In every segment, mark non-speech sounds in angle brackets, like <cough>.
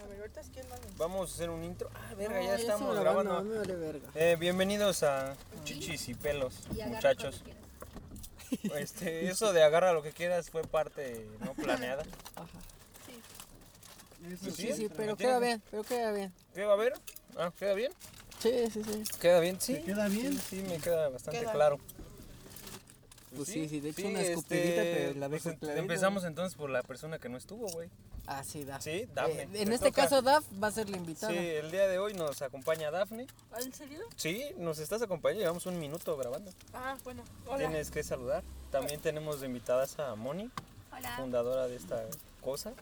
ahorita es que el baño. Vamos a hacer un intro. Ah, verga, No, ya estoy estamos grabando. No me vale verga. Eh, bienvenidos a Chichis y Pelos, Y agarra muchachos. cuando quieras. <laughs> Este, eso de agarra lo que quieras fue parte no planeada. Sí, sí, sí, sí, pero lo queda tienen. bien, pero queda bien. ¿Qué va a haber? Ah, ¿queda bien? Sí, sí, sí. ¿Queda bien? Sí. ¿Te queda bien? Sí, me queda bastante Queda. claro. este, Pues sí, sí, de hecho una escupidita, pero la pues dejo en- clarita. Empezamos entonces por la persona que no estuvo, güey. Ah, sí, Daf. Sí, Dafne. Eh, te en este toca. caso, Daf va a ser la invitada. Sí, el día de hoy nos acompaña Dafne. Ah, ¿En serio? Sí, nos estás acompañando, llevamos un minuto grabando. Ah, bueno. Hola. Tienes que saludar. También tenemos de invitadas a Moni, Hola. fundadora de esta cosa.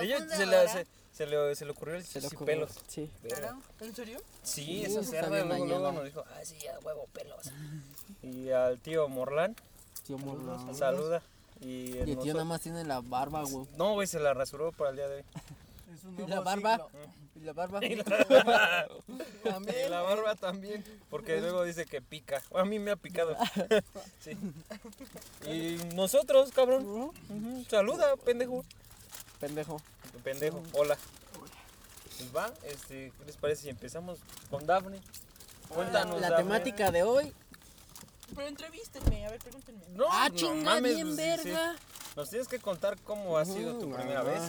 Ella se, Cofundadora. la- se- se le, se le ocurrió el Se lo cubrió. pelos. Sí. Claro. ¿En serio? Sí, Sí, esa está cerda bien luego, luego mañana. nos dijo, ah, sí, a huevo, pelos. Y al tío Morlán, Tío Morlán. saluda. Y, Y el tío nosotros- nada más tiene la barba, güey. No, güey, se la rasuró para el día de hoy. Es un Y nuevo la barba. ciclo. Y la barba. <laughs> Y la, También. y la barba también, porque luego dice que pica. A mí me ha picado. Sí. Y nosotros, cabrón. Ujú, Ujú, Saluda, pendejo. Pendejo. Pendejo, hola. Pues va, este, ¿qué les parece si empezamos con Dafne? Cuéntanos. Ah, La Dafne. temática de hoy. Pero entrevístenme, a ver, pregúntenme. No, ah, no chinga, mames, bien pues, sí, verga. sí. Nos tienes que contar cómo ha sido tu Ujú, primera ajá. vez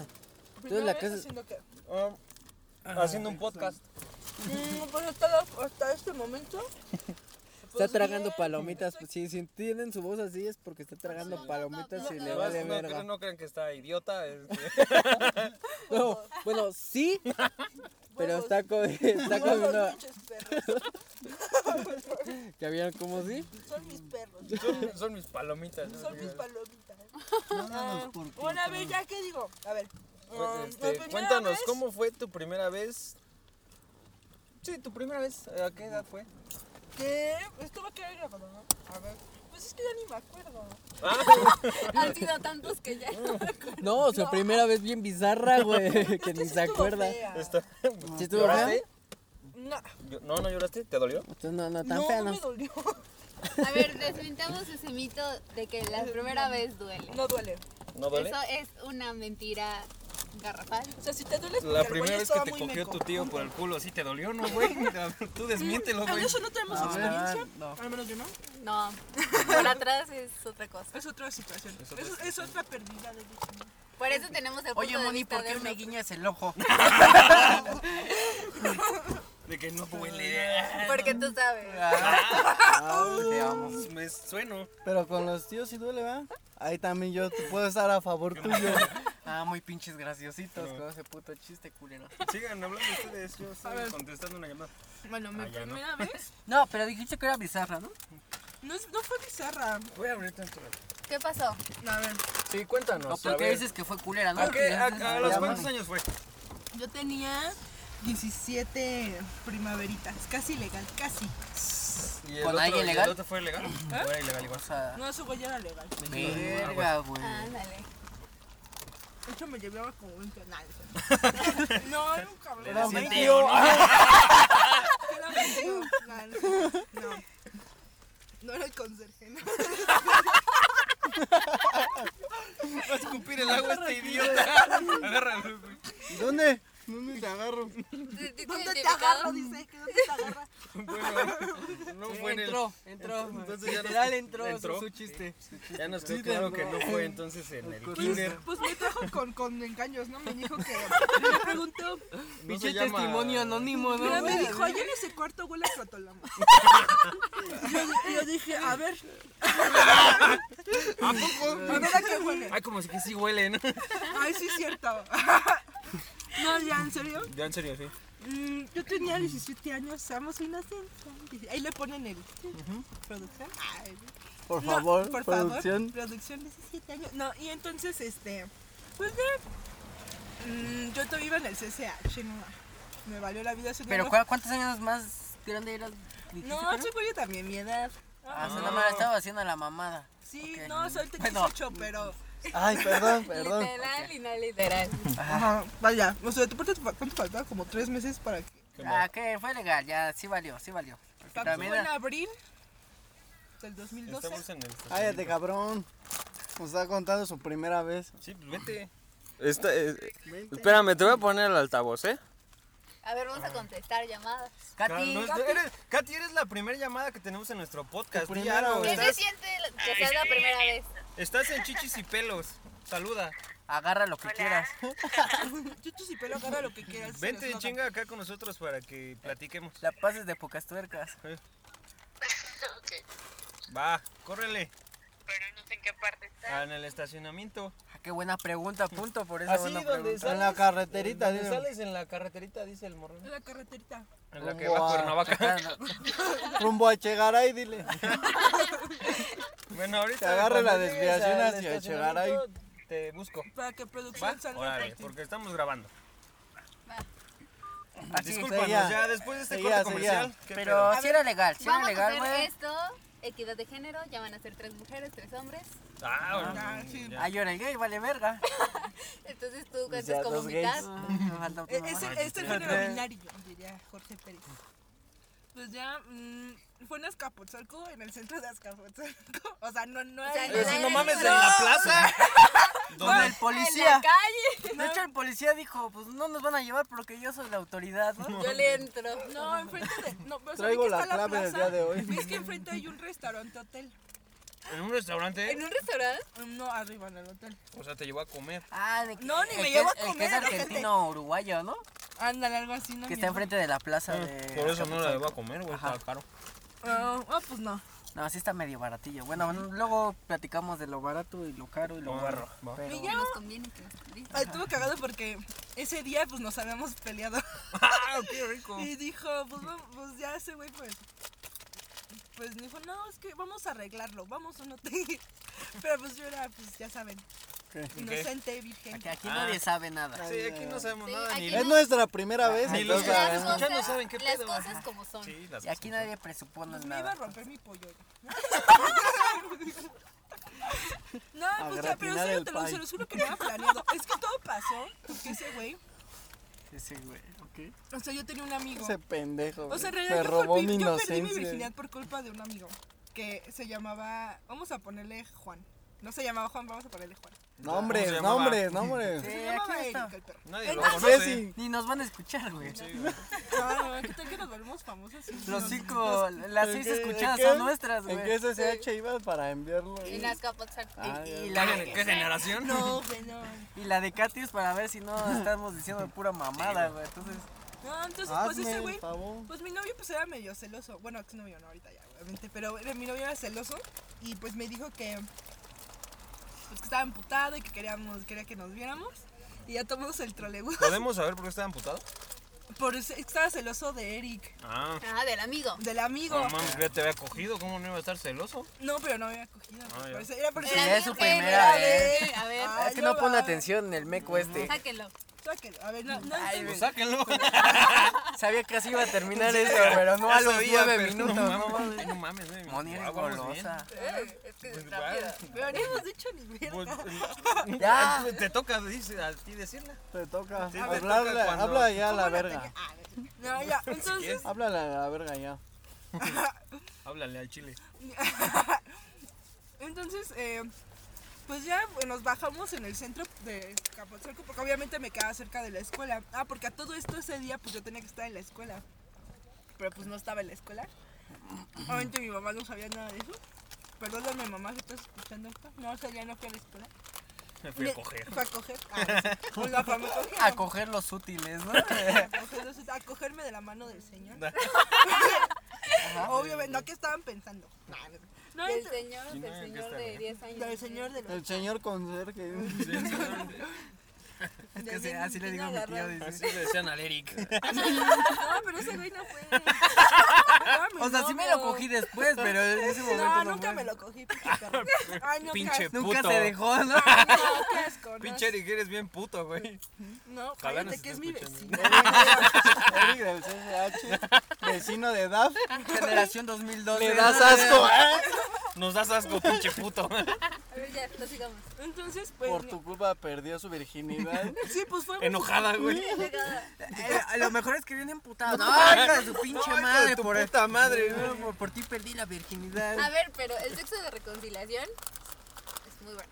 Primera la vez casa- haciendo que- um, Ah, haciendo un podcast. Mm, pues hasta, la- hasta este momento. <laughs> Está pues, tragando bien. palomitas. Pues, si, si entienden su voz así es porque está tragando palomitas y le No, Ah, vale no cre- verga. no crean que está idiota. <laughs> este, <laughs> No, bueno, sí, pero Huevos. está, co- está Son los comiendo. pinches perros. ¿Ya vieron cómo sí? Son mis perros. son, son mis palomitas. ¿no? Son mis palomitas. Háblanos Ah, por ti, una cabrón. vez ya, ¿qué digo? A ver. Pues, um, la este, primera cuéntanos, vez- ¿cómo fue tu primera vez? Sí, tu primera vez. ¿A qué edad fue? ¿Qué? Esto va a quedar grabado, ¿no? A ver. Pues es que ya ni me acuerdo. Han sido tantos que ya. No, su primera vez bien <laughs> bizarra, güey, que Es ni sí se estuvo acuerda. <laughs> fea. Está- Ah. ¿Sí estuvo ¿Lloraste? No, Yo- no, no lloraste. ¿Te dolió? Entonces, no, no, tan no, fea, no no. me dolió. <laughs> <laughs> A ver, desmintamos ese mito de que la primera vez duele. No duele. ¿No duele? Eso es una mentira garrafal. O sea, si te duele es La porque el primera güey vez que estaba te muy cogió meco. tu tío por el culo, ¿sí te dolió, no, güey? <laughs> Mira, Tú desmiéntelo, Ah, güey. de eso no tenemos No, experiencia. no. Al menos yo no. No, por atrás es otra cosa. Es otra situación. Es otra Es, es otra pérdida de dicha. Por eso tenemos el punto de vista de uno. guiñas el ojo? <laughs> De que no duele. Porque tú sabes. te amo. Pues Me sueno. Pero con los tíos sí duele, ¿va? Ahí también yo te puedo estar a favor tuyo. <laughs> Ah, muy pinches graciositos con ese puto chiste culero. Sigan hablando ustedes, yo estoy contestando una llamada. Bueno, mi Ah, ya no. primera vez No, pero dijiste que era bizarra, ¿no? no, es- no fue bizarra. Voy a abrir tanto. ¿Qué pasó? A ver, Sí, cuéntanos. a ver. que fue culera, ¿A, qué- a- a los cuántos años fue? yo tenía 17 primaveritas. Casi legal, casi. ¿Y el ¿Con otro- alguien y legal? ¿El otro fue legal? Fue ilegal igual. Ah, No, eso güey ya era legal. Verga, güey. Ándale. De hecho, me llevaba como un canal. <laughs> No, era un cabrón. Era Era mi mi tío. tío. <laughs> No, no, no. No era el conserje, no. Va a escupir el agua este idiota. <laughs> Agárralo, güey. ¿Dónde? ¿Dónde te agarro? ¿Te- te- ¿Dónde te identificado? agarro? Dice que dónde te agarra. Bueno, no fue en el. Entró, entró. Entonces ya no- Literal <laughs> entró, entró. su chiste. Ya nos quedó claro que no fue entonces en el kinder. Pues, pues me trajo con, con engaños, ¿no? Me dijo <laughs> que. Le preguntó. No Pinche se llama- testimonio anónimo, Pero ¿no? me güey? dijo, allá en ese cuarto huele a crotolamo. <laughs> yo, yo dije, a ver, ¿A poco? a ver a qué huele. Ay, como si que sí huele, ¿no? Ay, sí, es cierto. <laughs> no, ya, en serio. Ya en serio, sí. Mm, yo tenía 17 años, seamos inocentes. Ahí le ponen el. Producción. Ay, Por no, favor, por favor, producción. producción, 17 años. No, y entonces, este. Pues ya. mm, yo todavía iba en el CCH, no. Me valió la vida ese Pero número. ¿cuá- ¿cuántos años más grande eras? dijiste No, que era? ese güey también mi edad. Ah, o sea, no me la estaba haciendo la mamada. Sí, Ok. no, soy de Bueno. 18, pero. Ay, perdón, perdón. Literal y no literal. Ajá, vaya. O sea, ¿tú cuánto, cuánto faltaba? Como tres meses para que. Ah, que fue legal, ya, sí valió, sí valió. Porque también Fue en era- abril del 2012. Estamos en el. Cállate, cabrón. Nos está contando su primera vez. Sí, pues vete. espérame, te voy a poner el altavoz, ¿eh? A ver, vamos a contestar llamadas. Carlos, Katy, eres- Katy, eres la primera llamada que tenemos en nuestro podcast. di primera algo, vez. ¿Qué se estás, siente que sea la primera vez? estás en chichis y pelos. Saluda. agarra lo que quieras. Chichis y pelo, agarra lo que quieras. Vente Los chinga acá con nosotros para que platiquemos. La pases de pocas tuercas. Va, córrele. pero no sé en qué parte está. Ah, en el estacionamiento. Ah, qué buena pregunta, punto por eso. Así buena donde pregunta. sales. En la carreterita, donde dime. sales en la carreterita, dice el morro. En la carreterita. En la que Como va a a- Cuernavaca. Rumbo a Chegaray, dile. Bueno, ahorita. Te agarra cuando la llegues desviación al hacia Echegaray. estacionamiento, Te busco. Para que ¿Va? producción salga. Órale, porque estamos grabando. Así, Discúlpanos, seguía. ya después de este Seguía, corte seguía. comercial. ¿qué Pero pedo? si era legal, si era Vamos a legal, hacer güey. esto, equidad de género, ya van a ser tres mujeres, tres hombres. Ah, bueno, Ah, sí. ya. Ah, yo era el gay, vale <laughs> verga. Entonces tú ya, cantas como dos mitad. gays. Ah, me faltó tu Eh, mamá. Es, es el género binario, diría Jorge Pérez. Pues ya, mm, fue en Azcapotzalco, en el centro de Azcapotzalco. <laughs> O sea, no, no sea, hay- no Ah. Pero si no mames, Pues en No. la plaza. Donde Donde el En la policía. calle. De hecho, el policía dijo, pues no nos van a llevar porque yo soy la autoridad, ¿no? Yo le entro. No, enfrente de. No, o sea, Traigo ve que la está clave del plaza, día de hoy. Ves que enfrente hay un restaurante hotel. Mm, En un restaurante, ¿En un restaurante? No, arriba en el hotel. o sea, te llevó a comer. Ah, de que- No, ni el me que llevo es- El a que es comer, ojete. argentino uruguayo, ¿no? Ándale, algo así, ¿no? Que mi está amor? enfrente de la plaza de. Mm, Por eso no la llevó a Azcapotzalco. comer, güey, Ajá. estaba caro. Ah, ah, pues no. No, sí está medio baratillo. Bueno, no, luego platicamos de lo barato y lo caro y lo Va, barro. va. Pero... Ya. Nos conviene que nos conviene. Ay, estuvo cagado porque ese día pues nos habíamos peleado. ¡Ah, qué rico! Y dijo, pues, va- pues ya ese güey pues. Pues dijo, no, es que vamos a arreglarlo, vamos o no te. <laughs> Pero pues yo era, pues ya saben, inocente, virgen. Aquí, aquí Ah. nadie sabe nada. Sí, aquí no sabemos Sí, nada, ni aquí la- Es nuestra primera vez. Ni los entonces, que ah, Las están cosas- escuchando saben qué Las pedo. cosas como son. Sí, las Y aquí cosas. nadie presupone Pues me iba a nada. romper mi pollo. <laughs> No, A pues ya, pero en gratinar serio el te lo, pay. se lo juro que no era planeado. Es que todo pasó, porque ese güey, Ese güey, ok. o sea, yo tenía un amigo. Ese pendejo. O sea, en güey, realidad me yo, robó fui- yo mi perdí mi inocencia. virginidad por culpa de un amigo que se llamaba, vamos a ponerle Juan. No se llamaba Juan, vamos a ponerle Juan. ¿Cómo se Nombres, llamaba? nombres, <laughs> nombres. Sí, Se Eh, aquí llamaba está. Erika el perro. Nadie lo Sí, conoce. sí. Ni nos van a escuchar, güey. No, ¿qué tal que nos volvemos famosos? Sí, Los no. cinco, las ¿En seis qué- en escuchadas qué- son nuestras, ¿En qué güey. SSH ibas para enviarlo? En las capas. Ah, Y, ya. y la, ¿Qué qué generación? No, güey, no. y la de Katy es para ver si no estamos diciendo pura mamada, güey. Entonces, No, entonces pues Hazme ese el güey favor. Pues mi novio pues era medio celoso. Bueno, ex novio no ahorita ya, obviamente, pero era- mi novio era celoso y pues me dijo que pues que estaba amputado y que queríamos quería que nos viéramos y ya tomamos el trolebús. ¿Podemos saber por qué está amputado? Por es que estaba celoso de Eric, Ah, Ah, del amigo. del amigo. no mames, ya te había cogido, ¿cómo no iba a estar celoso? Pues No, pero no me había cogido. pues, Ah, ya. por eso- era por eso. Sí, Del es su amigo que- primera a ver, vez. A ver, Ah, es que ya no pone va. atención el meco <laughs> este. sáquenlo. Sáquelo. A ver, no, no Ay, entiendo. Pues sáquenlo. <laughs> Sabía que así iba a terminar eso, pero <laughs> no a los Sabía, nueve pero minutos. No No, mames, no mames. güey. Moni eres Guau, vamos <laughs> golosa. Eh, Es que bien. está rápido. Pero no hemos dicho ni verga. Pues, Ya. eh, Te toca dice- a ti decirla. Te toca. Sí, te hablarle, toca cuando- habla ya a ¿Cómo la tenía? verga. Ah, No, ya. Entonces, <laughs> Háblale a la verga ya. Háblale al chile. Entonces, eh, pues ya eh, nos bajamos en el centro de Capozalco, porque obviamente me quedaba cerca de la escuela. Ah, porque a todo esto ese día, pues yo tenía que estar en la escuela. Pero pues no estaba en la escuela. Obviamente mi mamá no sabía nada de eso. Perdóname, mamá, si estás escuchando esto. No, ese día no fui a la escuela. Me fui a Me- <laughs> coger. Fue a coger. Ah, sí. Pues, la fama cogió. A coger los <laughs> útiles, ¿no? A coger, entonces, a cogerme de la mano del señor. <laughs> Obviamente, no que estaban pensando. No, Del ent- señor, Sí, no, del aquí señor está, de güey. 10 años. del señor de los... El señor conserje. Es que sí, así le digo a mi tío. dice. Así le decían al Eric. No, pero ese güey no fue. Era mi O sea, sí me lo novio. cogí después, pero en ese momento <laughs> No, no nunca fue. me lo cogí, pinche perro. Ay, no, <laughs> Pinche qué asco. Nunca puto. se <laughs> dejó, ¿no? Ay, no, qué asco. no. Pinche Eric, eres bien puto, güey. No, Ojalá nos cállate, que es esté mi escuchando. vecino. Eric del CSH. Vecino de DAF. Generación 2012. Le das asco. Nos das asco, pinche puto. <laughs> A ver, ya, lo sigamos. Entonces, pues. Por tu culpa perdió su virginidad. Sí, pues fue. Enojada, güey. Eh, a lo mejor es que viene emputado. No, hija de su pinche No, hija de madre. tu por puta madre. <laughs> No, por, por ti perdí la Ah, virginidad. A ver, pero el sexo de reconciliación es muy bueno.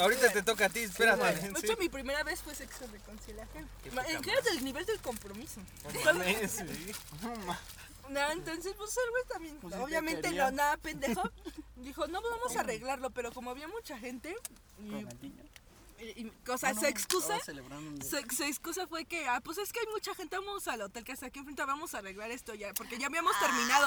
Ahorita te toca a ti, espérate. De hecho, mi primera vez fue sexo de conciliación. Imagínate el nivel del compromiso. No, entonces, pues el güey también, Pues sí te obviamente quería. no, <laughs> nada pendejo, dijo, no, pues, vamos a arreglarlo, pero como había mucha gente, y, y- y- Ah, o sea, se excusa, se, se excusa fue que, ah, pues es que hay mucha gente, vamos al hotel que está aquí enfrente, vamos a arreglar esto ya, porque ya habíamos Ah. terminado.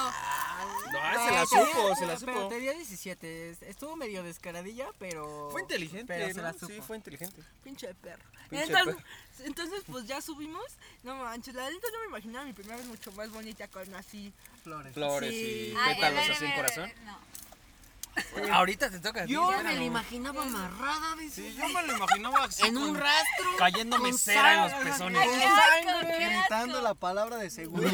No, Ah, se la supo, se la Pero supo. tenía 17. es- Estuvo medio descaradilla, pero. Fue inteligente, pero se la ¿no? supo. Sí, fue inteligente. Pinche perro. Pinche entonces, entonces, pues ya subimos, no manches, la neta no me imaginaba mi primera vez mucho más bonita con así. Flores. Flores Sí. y Ay, a pétalos ver, a así en ver, a ver, corazón. No. Ahorita te toca a ti. Yo me la imaginaba amarrada, dice, Sí, yo me lo imaginaba así. en un rastro. Cayéndome con cera en los sal. pezones. Gritando la palabra de seguro.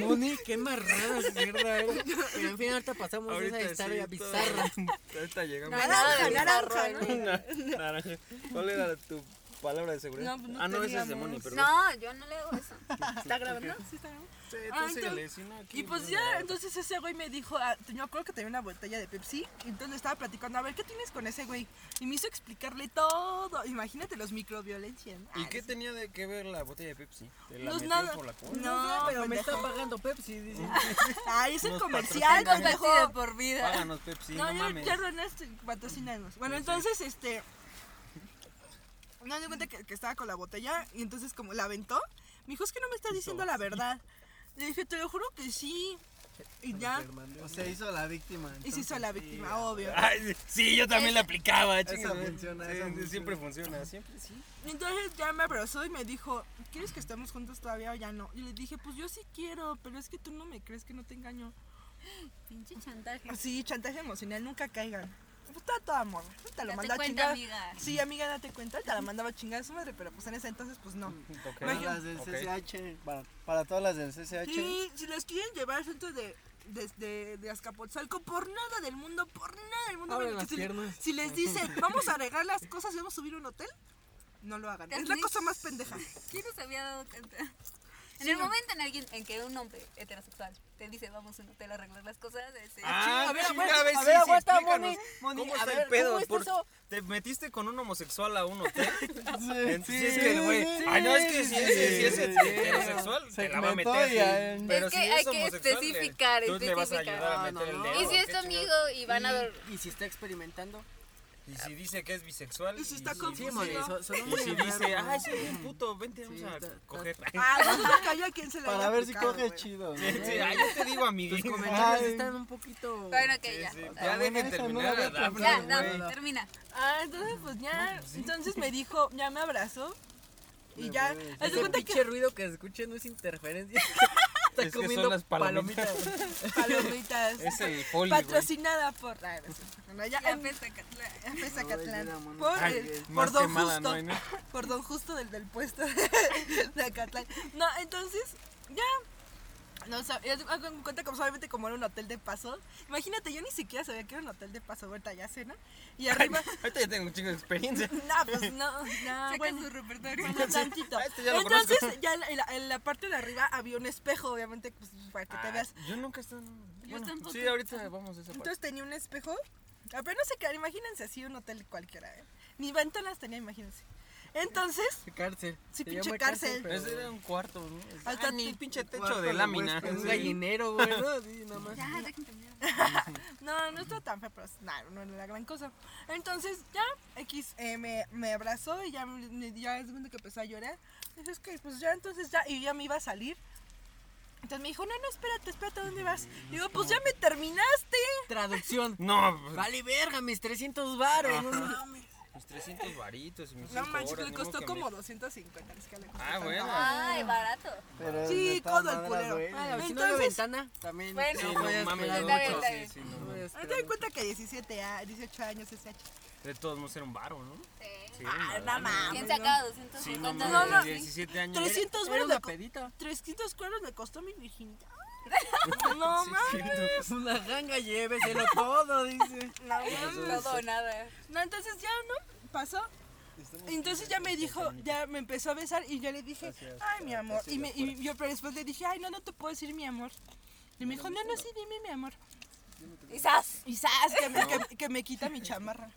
Moni, qué amarrada esa mierda era. <laughs> Pero en fin, ahorita pasamos esa historia ¿eh? sí, todo- bizarra. Ahorita llegamos. Naranja, naranja, ¿no? Naranja. ¿Cuál era tu palabra de seguridad? No, pues no ah, no, ese es teníamos. de Moni, perdón. No, yo no le hago eso. ¿Está grabando? Sí, está grabando. Sí, tú Ah, síguele, entonces- si no, aquí Y pues no ya, grabamos. entonces ese güey me dijo, ah, yo creo que tenía una botella de Pepsi, entonces estaba platicando, a ver, ¿qué tienes con ese güey? Y me hizo explicarle todo, imagínate los microviolencias. ¿no? ¿Y qué tenía de que ver la botella de Pepsi? ¿Te la Pues metió nada. por la cola? No, pero me está... pagando Pepsi, dice. <laughs> Ay, es el Nos comercial, Tengo Pepsi pendejo. de por vida. Páganos Pepsi, no, No, yo mames. ya ganaste, patrocínanos. Bueno, entonces, este... No, di cuenta que, que estaba con la botella y entonces como la aventó, me dijo, es que no me estás diciendo la verdad. Le dije, te lo juro que sí. Y ya, O sea, hizo la víctima. y se hizo la víctima, obvio. Ay, sí, yo también la aplicaba. Esa chingas, funciona, sí, esa sí, funciona. Siempre funciona, siempre sí. Entonces ya me abrazó y me dijo, ¿quieres que estemos juntos todavía o ya no? Y le dije, pues yo sí quiero, pero es que tú no me crees que no te engaño. Pinche chantaje. Sí, chantaje emocional, nunca caigan. Pues está todo amor. Te lo Date mandaba a cuenta, chingar. amiga. Sí, amiga, date cuenta, te la mandaba a chingar a su madre, pero pues en ese entonces pues no. Ok. Para las del Ok. CCH. Para, para todas las del CCH. Sí, si les quieren llevar al centro de, de, de- de Azcapotzalco, por nada del mundo, por nada del mundo. Abre menos las que si, le- piernas. si les <laughs> dicen, vamos a arreglar las cosas y vamos a subir a un hotel, no lo hagan. Te Es la admit- cosa más pendeja. ¿Quién nos había dado cuenta? En el momento en, alguien, en que un hombre heterosexual te dice vamos a un hotel a arreglar las cosas, ese- Ah, A ver, chinga, aguanta, ver, a sí, ver, sí, aguanta, explícanos. Moni, Moni, ¿Cómo a está ver, el pedo? ¿cómo está ¿Por- eso? ¿Te metiste con un homosexual a un hotel? Sí, Sí, es que el güey. Ay, no, es que si es, si es heterosexual, te la va a Segmentó meter. y ya, sí. eh. Pero Es si que es hay que homosexual, le- especificar, Tú le vas a ayudar a especificar. meter el No, no, dedo. no. Y si qué es tu amigo chingado. y van a ver. Y, y si está experimentando. Y si dice que es bisexual. Y si está y confundido. Moni, dice- son- son Y si muy dice, raros. ay, soy un puto, vente, vamos Sí, a está- está- coger. <laughs> Ah, no, cayó a quien se le Para había ver si aplicado, coges güey. chido. ¿no? <laughs> Sí, ay, yo te digo, amigo. Los comentarios Ay. están un poquito. Bueno, que <laughs> Sí, ya. sí, Ya, Ya dejen esa no terminar la a había Dafne. ya, güey. no, termina. Ah, entonces pues ya, entonces me dijo, ya me abrazó y ya, haz de Ese cuenta pinche ruido que se escuche no es <laughs> interferencia. Está Es que son comiendo las palomitas. palomitas. que palomitas Es el poli, güey. patrocinada por ah, no sé, no, ya, Ya, pues, em, pesta, Catlán. F. Zacatlán, no, no, no. por, Ay, el- más por don quemada justo, no <laughs> hay, ¿no? por don justo del, del puesto de Acatlán. No, entonces ya, no, o sea, ya hago en cuenta como solamente como era un hotel de paso, imagínate, yo ni siquiera sabía que era un hotel de paso, ahorita ya sé, ¿no? Y arriba... <laughs> Ahorita ya tengo un chingo de experiencia. No, <laughs> pues no, no, Saca bueno. su repertorio. Bueno, tantito. Ah, este ya lo Entonces, ya en la, en la parte de arriba había un espejo, obviamente, pues, para que te Ah, veas. Yo nunca he estado en un- Yo bueno, tampoco. Sí, ahorita vamos a esa parte. Entonces tenía un espejo. Ah, Pero no sé qué, imagínense así un hotel cualquiera. ¿eh? Ni ventanas tenía, imagínense. <laughs> Entonces, Cárcel. sí, Se pinche llama cárcel. pero- Ese era un cuarto, ¿no? Hasta Ah, ni el pinche techo cuarto de de lámina. huésped, Un Sí. gallinero, güey, ¿no? <laughs> Así, nada más. Ya, dejen terminar. no, no está tan feo, pero nada, no era la gran cosa. Entonces, ya, X eh, me, me abrazó y ya, me, ya es cuando que empezó a llorar. Dije, es que, pues ya, entonces ya, y ya me iba a salir. Entonces me dijo, no, no, espérate, espérate, ¿a dónde vas? Digo, pues ya me terminaste. Traducción. No, pues, Vale, verga, mis 300 baros. No mames. Mis 300 varitos y mis No cinco manches, horas, ni le modo costó que como me- 250. es que le costó Ah, tanto. bueno. Ay, barato. Pero Sí, de todas codo al maneras, culero. güey. Ah, si no Entonces- había ventana, también. Bueno. Sí, no no podías mames, esperar está bien, mucho, está sí, bien. sí, no. mucho. Ah, Ten en cuenta que 17, a 18 años ese H. De todos modos era un varo, ¿no? Sí. Sí, era un varo. ¿Quién sacaba 250? Sí, no No, mames, no. 17 años. 300 Era baros una me co- pedita. 300 cueros me costó mi virginidad. <laughs> No mames. Una ganga, lléveselo todo, dice. Todo o nada. No, entonces ya no pasó. Entonces ya me dijo, ya me empezó a besar y yo le dije, ay mi amor. Y, me- y yo pero después le dije, ay no, no te puedo decir mi amor. Y me dijo, no, no, sí, dime mi amor. Y ¡zas! Y sas, que me, que- que me quita mi chamarra.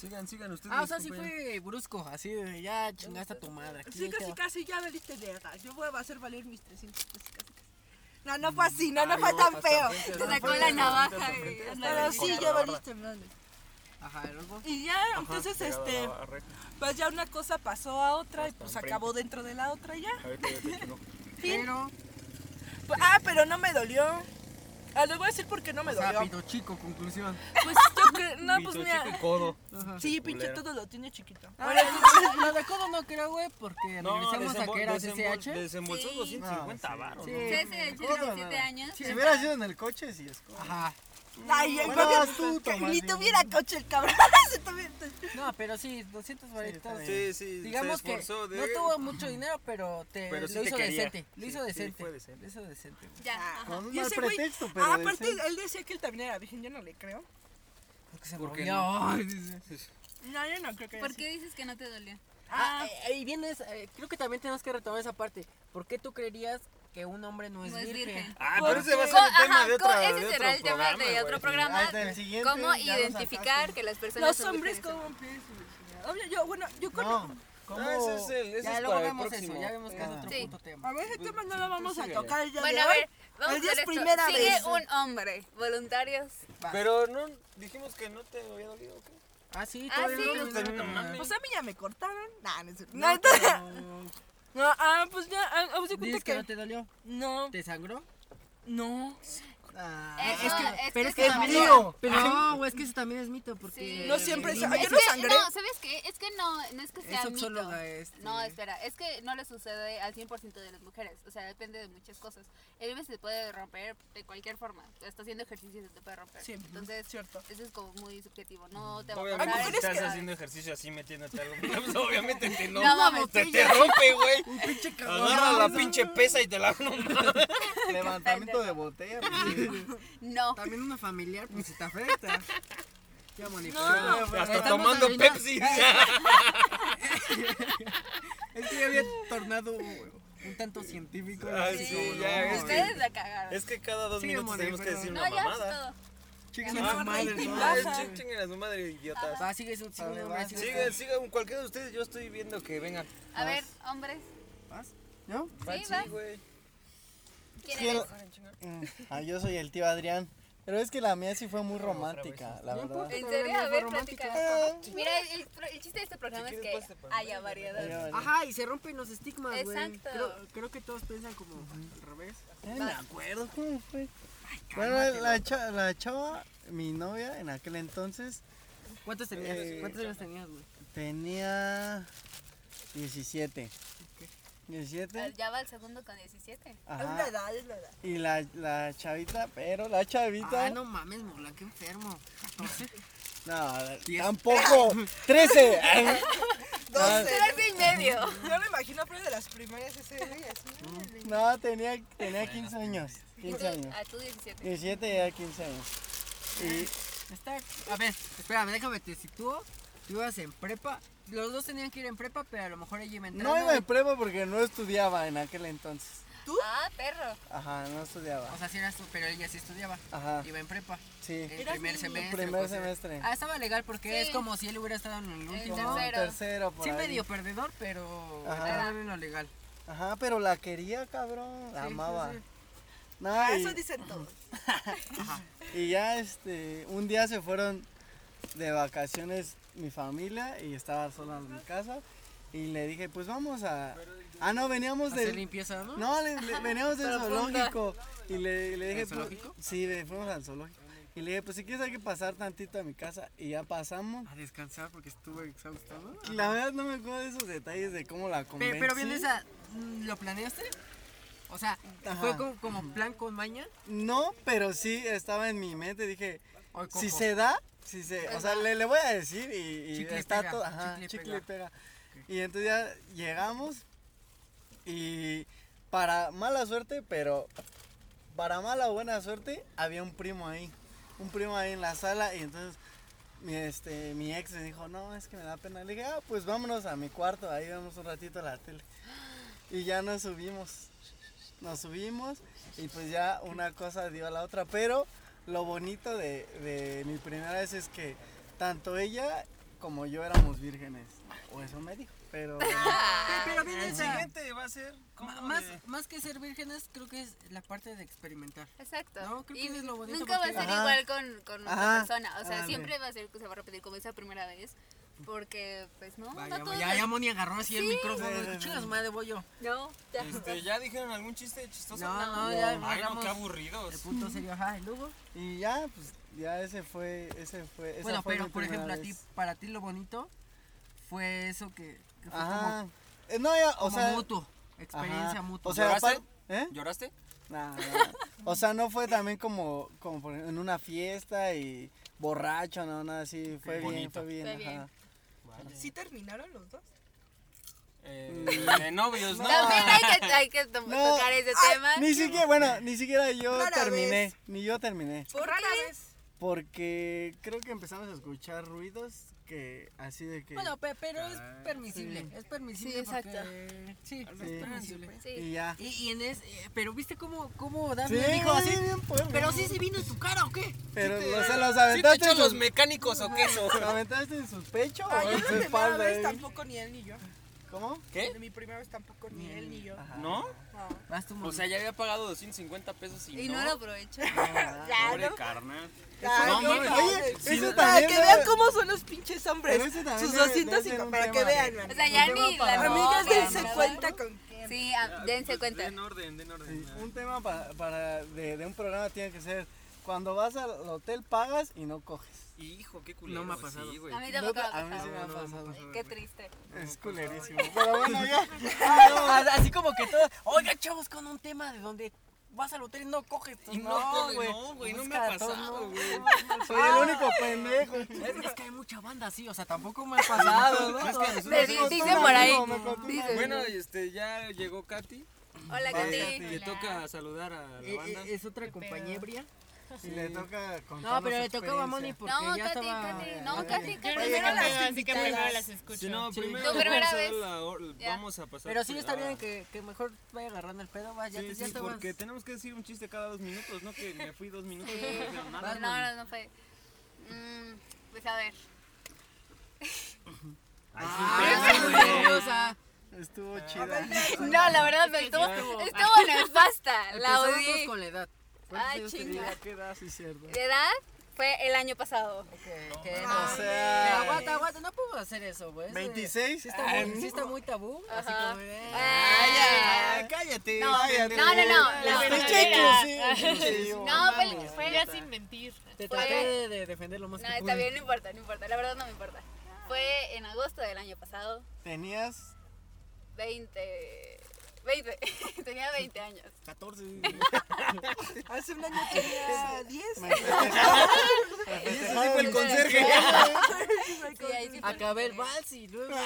Sigan, sigan ustedes. Ah, o sea, sí compañeros. fue brusco, así de ya chingaste a tu madre. aquí Sí, te casi, va. casi, ya valiste verga. Yo voy a hacer valer mis 300 pesos, casi, casi. No, no fue así, no, no fue tan feo. Te sacó la navaja y Pero sí, ya valiste madre. Ajá, y luego. Y ya, entonces, este, pues ya una cosa pasó a otra y pues acabó dentro de la otra y ya. A ver, cállate, que no. Pero, Pues, ah, pero no me dolió. Ah, les voy a decir por qué no me dolió. rápido, chico, conclusión. Pues yo <laughs> que, no, pues mira. Chico y codo. Sí, pinche todo lo tiene chiquito. Ah, Ahora, <laughs> lo- lo de codo no creo, güey, porque regresamos a desembol- que era desembol- CCH. Desembolsó Sí. 250 varos. Sí. CSH de 7 años. Si hubiera sido en el coche, sí es como. Ah, Ajá. Ay, ay, Bueno, creo que- vas tú, que Tomás, ni sí. tuviera coche el cabrón. <laughs> pues, Se tuviera- No, pero sí, 200 varitas. Sí, sí. Digamos se que esforzó de- no tuvo mucho dinero, pero te Pero sí lo te hizo quería. decente. Lo hizo Sí, sí, decente. fue decente. Lo hizo decente. güey. Ya. ajá. Con un Y mal ese güey- pretexto, pero. Ah, aparte, decente. él decía que él también era virgen, yo no le creo. Porque se ¿Por qué movió. <laughs> Ay, dice. No, yo no creo que haya ¿Por sido. qué dices que no te dolió? Ah, eh, y vienes, eh, creo que también tenemos que retomar esa parte. ¿Por qué tú creerías que un hombre no es, No es virgen? virgen. Ah, pero ese va a ser Co- el tema ajá, de co- otra. ese de será otro el tema de programa, otro güey. programa. Ah, del siguiente, ¿Cómo ya lo identificar sacaste. que las personas Los son hombres vírgenes? cómo pierden su virginidad. Obvio, yo, bueno, yo con... No, ¿Cómo? Ah, ese es el- ese ya es luego para el vemos eso, próximo. ya vemos que es otro Sí. punto tema. A ver, Pues, ese tema no lo vamos a tocar el día Bueno, de a hoy. ver, vamos El a día ver es esto. primera Sigue vez. un hombre, voluntarios. Pero no dijimos que no te había dolido. ¿o qué? Ah, sí, Ah, todavía sí. no terminamos de tomar. Pues a mí ya me cortaron. Nah, no es cierto. No, No, pero- no, ah, pues ya, ah, ah, se cuenta ¿Dices que no que... te dolió? No, ¿Te sangró? no. Ah, Eso- pero es eso que es también... mío. <laughs> Pero Eh, no, güey, es que eso también es mito, porque... Sí. No siempre... es se- Ay, yo Es no que- sangré. No, ¿sabes qué? Es que no, no es que sea mito. sexóloga, este. No, espera, es que no le sucede al 100% de las mujeres, o sea, depende de muchas cosas. El bebé se te puede romper de cualquier forma, está haciendo ejercicio y se te puede romper. Sí, Entonces, cierto. eso es como muy subjetivo, no te va a Obviamente, Hay pasar. si mujeres estás que- haciendo ejercicio así metiéndote algo. <laughs> pues, obviamente que no. No mames, Se te rompe, güey. Un pinche Agarra la pinche pesa y te la. No, mames. levantamiento <laughs> de botella. no. Ah, También una familiar, pues si te afecta. <laughs> Ya, Mónica. No, Hasta Estamos tomando arruinando- Pepsi. Es que ya había tornado un tanto científico. Ay, así sí, como, ya, no, es que- Ustedes la cagaron. Es que cada dos Sí, minutos amor, tenemos que pero- decir no, una ya es mamada. todo. Chinguen Ah, a su madre, rating ¿no? baja. Es ching- Chinguen a su madre, idiotas. Va, sigue su sigue Vale, su- va, sigue su- Sigan, sigan, cualquiera de ustedes, yo estoy viendo que vengan. A ver, hombres, ¿Yo? Sí, Patsy, va. güey. ¿quién Sí, eres? Ah, yo soy el tío Adrián. Pero es que la mía sí fue muy romántica, este la verdad. Eh, ¿En serio? A ver, platica. Ah. Mira, el, el chiste de este programa es que haya variedad. Ajá, y se rompen los estigmas, güey. Exacto. Creo, creo que todos piensan como al revés. Ya ni me acuerdo cómo fue. Bueno, la, cha- la chava, mi novia en aquel entonces, ¿Cuántos tenías? Eh, ¿Cuántos años tenías, güey? tenía 17. Ah, 17. Ya va el segundo con 17. Es la Ajá. edad, es la edad. Y la, la chavita, pero la chavita. Ah, no mames, Morla, qué enfermo. No, <laughs> tampoco. 13. Ah. Doce. Tres y medio. Yo me imagino pero de las primarias ese día. así. No, tenía, tenía 15 años. 15 años. A tú 17. 17 y era 15 años. Y Está. A ver, espérame, déjame te sitúo. Tú ibas en prepa. Los dos tenían que ir en prepa, pero a lo mejor ella iba entrando. no iba en y- prueba porque no estudiaba en aquel entonces. Ah, perro. Ajá, no estudiaba. O sea, sí eras tú, pero ella sí estudiaba. Ajá, Iba en prepa. sí. El primer semestre. Ah. Primer cosas. semestre. Ah, estaba legal porque Sí. es como si él hubiera estado en el último. Como tercero. tercero por Sí, ahí. medio perdedor, pero Ajá. estaba en lo legal. Ajá, pero la quería, cabrón. La Sí, sí, amaba. sí. Ah, No, y- Eso dicen todos. Y ya este, un día se fueron de vacaciones mi familia y estaba sola en mi casa y le dije, pues vamos a... Ah, no, veníamos Hacer del... limpieza, ¿no? No, le- le- veníamos del Profunda. zoológico. Y le, y le dije, ¿Al pues- zoológico? Sí, le- fuimos al zoológico. Y le dije, pues si quieres hay que pasar tantito a mi casa. Y ya pasamos. A descansar porque estuve exhausto, ¿no? Y La verdad no me acuerdo de esos detalles de cómo la Pero, convencí. pero bien esa, mm, ¿lo planeaste? O sea, ¿fue Ajá. como, como plan con maña? No, pero sí estaba en mi mente. Dije, ¿O con si co- se da, si se, o sea, le, le voy a decir y, y Chicle y está pega, todo, ajá, chicle y chicle, y pega. Y entonces ya llegamos y para mala suerte, pero para mala o buena suerte, había un primo ahí, un primo ahí en la sala y entonces mi, este, mi ex me dijo, no, es que me da pena. Le dije, ah, pues vámonos a mi cuarto, ahí vemos un ratito la tele. Y ya nos subimos, nos subimos y pues ya una cosa dio a la otra, pero lo bonito de, de mi primera vez es que tanto ella como yo éramos vírgenes. O eso me dijo. <laughs> Pero. Pero bien, El o sea, siguiente va a ser. ma- ¿cómo más, de- más que ser vírgenes, creo que es la parte de experimentar. Exacto. No, creo que Y eso es lo bonito Nunca va a porque- ser Ajá. igual con, con otra Ajá, Ah, persona. O sea, ándale. siempre va a ser, se va a repetir como esa primera vez. Porque, pues no, Vaya, no todos ya, les- ya Moni agarró así el Sí. micrófono. dijo, Chingas, madre, voy yo. No, ya. Este, ¿Ya dijeron algún chiste chistoso? No, no, ya Ay, no, agarramos qué aburridos. El punto serio, ajá, y luego. Y ya, pues, ya ese fue. Ese fue esa Bueno, fue pero mi por primera ejemplo, a ti, vez. para ti lo bonito fue eso que, que fue Ajá. como, Eh, No, ya, o como sea. mutuo, experiencia ajá. mutua. O sea, ¿Lloraste? aparte. ¿Eh? ¿Lloraste? Nah, nah. O sea, no fue también como, como por ejemplo, en una fiesta y borracho, no, nada así. Fue bien, fue bien. Fue bien. ajá. ¿Sí terminaron los dos? Eh, de <laughs> novios, ¿no? También hay que, hay que to- No, tocar ese ay, tema. Ni siquiera, bueno, ni siquiera yo Rara terminé, vez. ni yo terminé. ¿Por Rara vez. Porque creo que empezamos a escuchar ruidos que así de que... Bueno, pe- pero es permisible, sí. es permisible Sí, exacto. porque... Sí, Sí. es permisible. eh, Sí. y ya. Y, y en es, eh, pero viste cómo, cómo Sí, Dafne dijo así, bien puerco. pero sí se vino en tu cara, ¿o qué? Pero o sea, los ¿Sí te aventaste, echan en los sus- mecánicos o qué eso? los aventaste en su pecho Ah, o yo en la su primera espalda. vez eh? tampoco ni él ni yo. ¿Cómo? De ¿Qué? mi primera vez tampoco ni él ni yo. ¿No? No. Vas tú, O Moni. sea, ya había pagado 250 pesos y, Y no, lo aprovecho. Pobre Claro. carnal. Ay, No, no mames. mames. Oye, Sí, eso Para también que debe- vean cómo son los pinches hombres. Pero ese también Sus debe- debe 205, ser un para que tema. vean. O sea, ya Un ni tema para- la Amigas, novia, dense nada. cuenta con quién. Sí, ah, dense cuenta. Den orden, den orden. Sí, Un tema para, para de, de un programa tiene que ser cuando vas al hotel pagas y no coges. Hijo, qué culero. No me ha pasado. sí, güey. A mí tampoco me ha a mí sí me ha pasado. pasado. Qué triste. Es culerísimo. Pues, Pero bueno, ya. <laughs> Así como que todo. Oiga, chavos, con un tema de donde vas al hotel y no coges. Y no, güey, no, güey, no me ha busca a todos, pasado, no. güey. Soy el único pendejo. Es, es que hay mucha banda así, o sea, tampoco me ha pasado, <laughs> ¿no? Eh, Me di- dicen por ahí. amigo, me contó un Dicen. Bueno, este, ya llegó Katy. Eh, Hola, Pues, Katy. Le toca saludar a la Eh, banda. eh, es otra compañía ebria. Y le toca contar No, pero su le tocaba a Moni experiencia. porque no, ya Katy, estaba... Katy. No, Oye, Katy, Katy. Primero las Primero así que primero las escucho. Si no, Sí. primero Tu vamos primera a vez. la or- Ya. Vamos a pasar. Pero sí está a- bien que, que mejor vaya agarrando el pedo, va, ya, Sí, te- sí, ya estabas- porque tenemos que decir un chiste cada dos minutos, no que me fui dos minutos y no Sí. dijeron nada. No, no, no fue. Mm, pues a ver. <laughs> Estuvo chida. <laughs> No, la verdad me estuvo, estuvo nefasta. La Empezamos todos odié. con la edad. Ah, chinga. ¿Qué edad? Sí, cierto. De edad fue el año pasado. Que O no. Pero sea, aguanta, aguanta, no puedo hacer eso, pues, güey. Eso- 26. Sí está, Ah, muy, sí está muy tabú. Así Ajá. como, eh, Ay, cállate. No, cállate. no, no, no, la Pinche verdadera. <laughs> cursi. No, fue, el- fue Ya sin mentir. te fue- traté de, de defender lo más No, que está pude. bien, no importa, no importa. La verdad no me importa. Fue en agosto del año pasado. Tenías 20. 20. <laughs> Tenía 20 años. 14. <laughs> Hace un año tenía 10. Me fue el conserje. Sí, ahí sí fue el Acabé el conserje. vals y luego.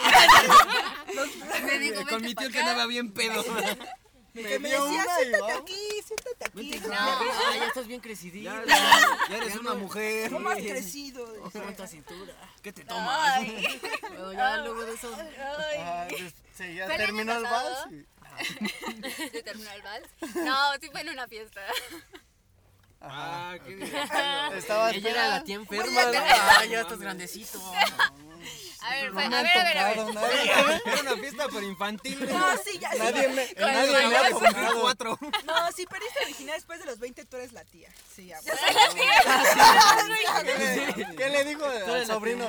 Me dijo, <laughs> Con "Vente mi tío pa' que acá". andaba bien <laughs> pedo. Que me dio decía, una y "Ah, siéntate va. aquí, siéntate aquí. Ah, ya estás bien crecidito. Ya, ya- ya eres una mujer. ¿Cómo has crecido? Cuánta cintura. ¿Qué te tomas? <laughs> Ay, Bueno, ya luego de eso. ay. Ah, Seguía, Fue el año pues, terminó el pasado. vals. y- ¿Se terminó el vals? No, sí fue en una fiesta. Ajá. Ah, qué Ella era Estaba la esperando. tía enferma. ¿no? Ah, ya estás grandecito. A ver, fue- a ver, a ver, a ver. Claro, nadie- Era una fiesta <laughs> por infantil. <laughs> No, sí, ya. sí. Nadie me, nadie el me ha Acabas de cumplir <laughs> comprado. cuatro. No, si perdiste la virginidad después de los 20, tú eres la tía. Sí, ya. pues. <laughs> ¿Qué le- ¿Qué le dijo al sobrino?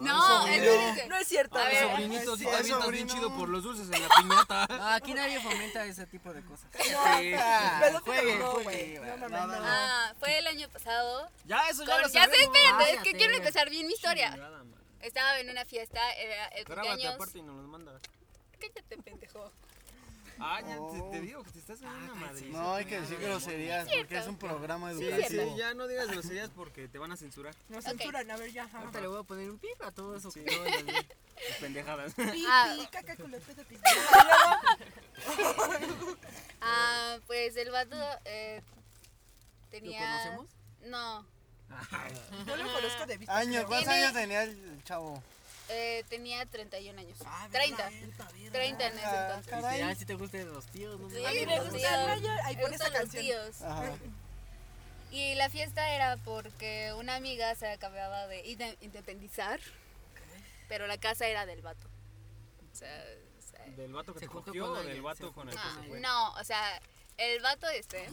No, él me dice. No es cierto. A no es ver. cierto. Sobrinitos, Sí, y te sobrino. avientas bien chido por los dulces en la piñata. <laughs> No, aquí nadie fomenta ese tipo de cosas. Ah, Pero juegue, no, juegue, güey. No, mames, va, va, no. va. Ah, fue el año pasado. Ya, eso Con- ya sé, espérate, es que Cállate. quiero empezar bien mi historia. Nada, man. Estaba en una fiesta, era el Grábate cumpleaños. aparte y nos los manda. Cállate, pendejo. Ah, ya Oh. te, te digo que te estás ganando Ah, una madre. No, hay que decir groserías porque es un programa Sí, educativo. sí, ya no digas groserías porque te van a censurar. Nos censuran, a ver, ya. ajá. Ahorita le voy a poner un pip a todo eso. Sí, no, las- las pendejadas. Pi, Ah. pi, caca, culote, de pi. Ah, pues el vato eh, ¿Lo tenía. conocemos? No, No lo conozco de vista. Año, creo. ¿cuántos Tiene- años tenía el chavo? eh, tenía 31 años. Ah, 30. verga, verga. 30 en ese entonces. Ah, Caray. Ya, si te gustan los tíos, no Sí, A mí los me tíos. gusta el mayor. Ahí Me pon esa gustan los canción. tíos. Ajá. Y la fiesta era porque una amiga se acababa de inde- independizar. Pero la casa era del vato. O sea, o sea, ¿Del vato que Se te juntó cogió con o del alguien, vato se con el juntó que con se fue? alguien. Ah, No, o sea, el vato este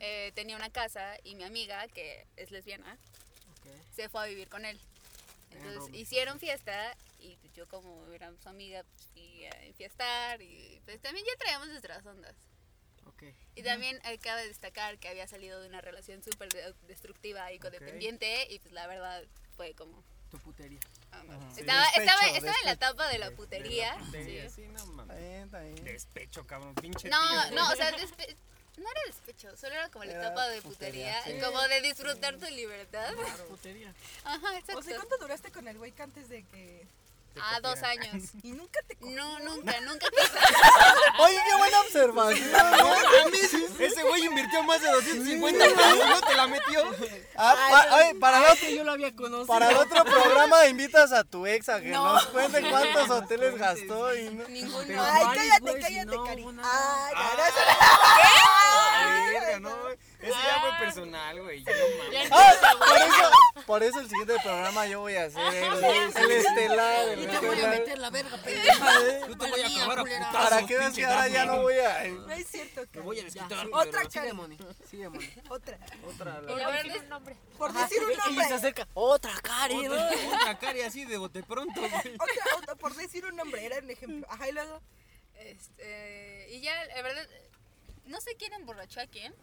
eh, tenía una casa y mi amiga, que es lesbiana, Ok. se fue a vivir con él. Ah, pues, Entonces Robin. hicieron fiesta y pues, yo como era su amiga pues, fui a enfiestar y pues también ya traíamos nuestras ondas. Ok. Y también eh, cabe destacar que había salido de una relación súper de- destructiva y codependiente y pues la verdad fue como... Tu putería. amor. Sí, estaba, despecho, estaba, estaba en la despecho. etapa de la putería. sí. Sí, sí, no Está mames. bien, <laughs> está bien. Despecho, cabrón, pinche <laughs> No, tío. no, o sea, despe- no era despecho, solo era como la Era etapa de putería, putería, como de disfrutar tu libertad. Putería. <laughs> Ajá, exacto. O sea, ¿cuánto duraste con el güey que antes de que.? ah, dos <laughs> años. Y nunca te. co- No, nunca, nunca te Oye, qué buena observación. ¿no? Ese güey invirtió más de 250 pesos, ¿no? Te la metió. Ah, pa- oye, para, el otro, Yo lo había conocido. para el otro programa invitas a tu ex a que nos cuente cuántos hoteles gastó y no. Ninguno. Pero Ay, varios, cállate, güey, si cállate, no, Cari. una- Ay, Ah. ahora sí. Ah, verga, no, güey. Ese ya Ah. fue personal, güey. ya No mames. Ah, por eso, por eso el siguiente programa yo voy a hacer el, el estelar. el Y te voy a estelar. meter la verga, pendeja. Yo te voy a acabar a culera. putazos, Para que veas pinche que ahora ya Daphne. no voy a. No es cierto, Me Cari. voy a Ya, desquitar. sí. Otra, Sigue, Cari. Moni. Sigue, Moni. <laughs> Otra. Otra. Y la verdad es- Por decir un Y se nombre. acerca. Otra Karen. Otra, otra Cari así de bote pronto, güey. Otra, otra, por decir un nombre, era un ejemplo. Ajá, y luego. este, y ya, la verdad, no sé quién emborrachó a quién,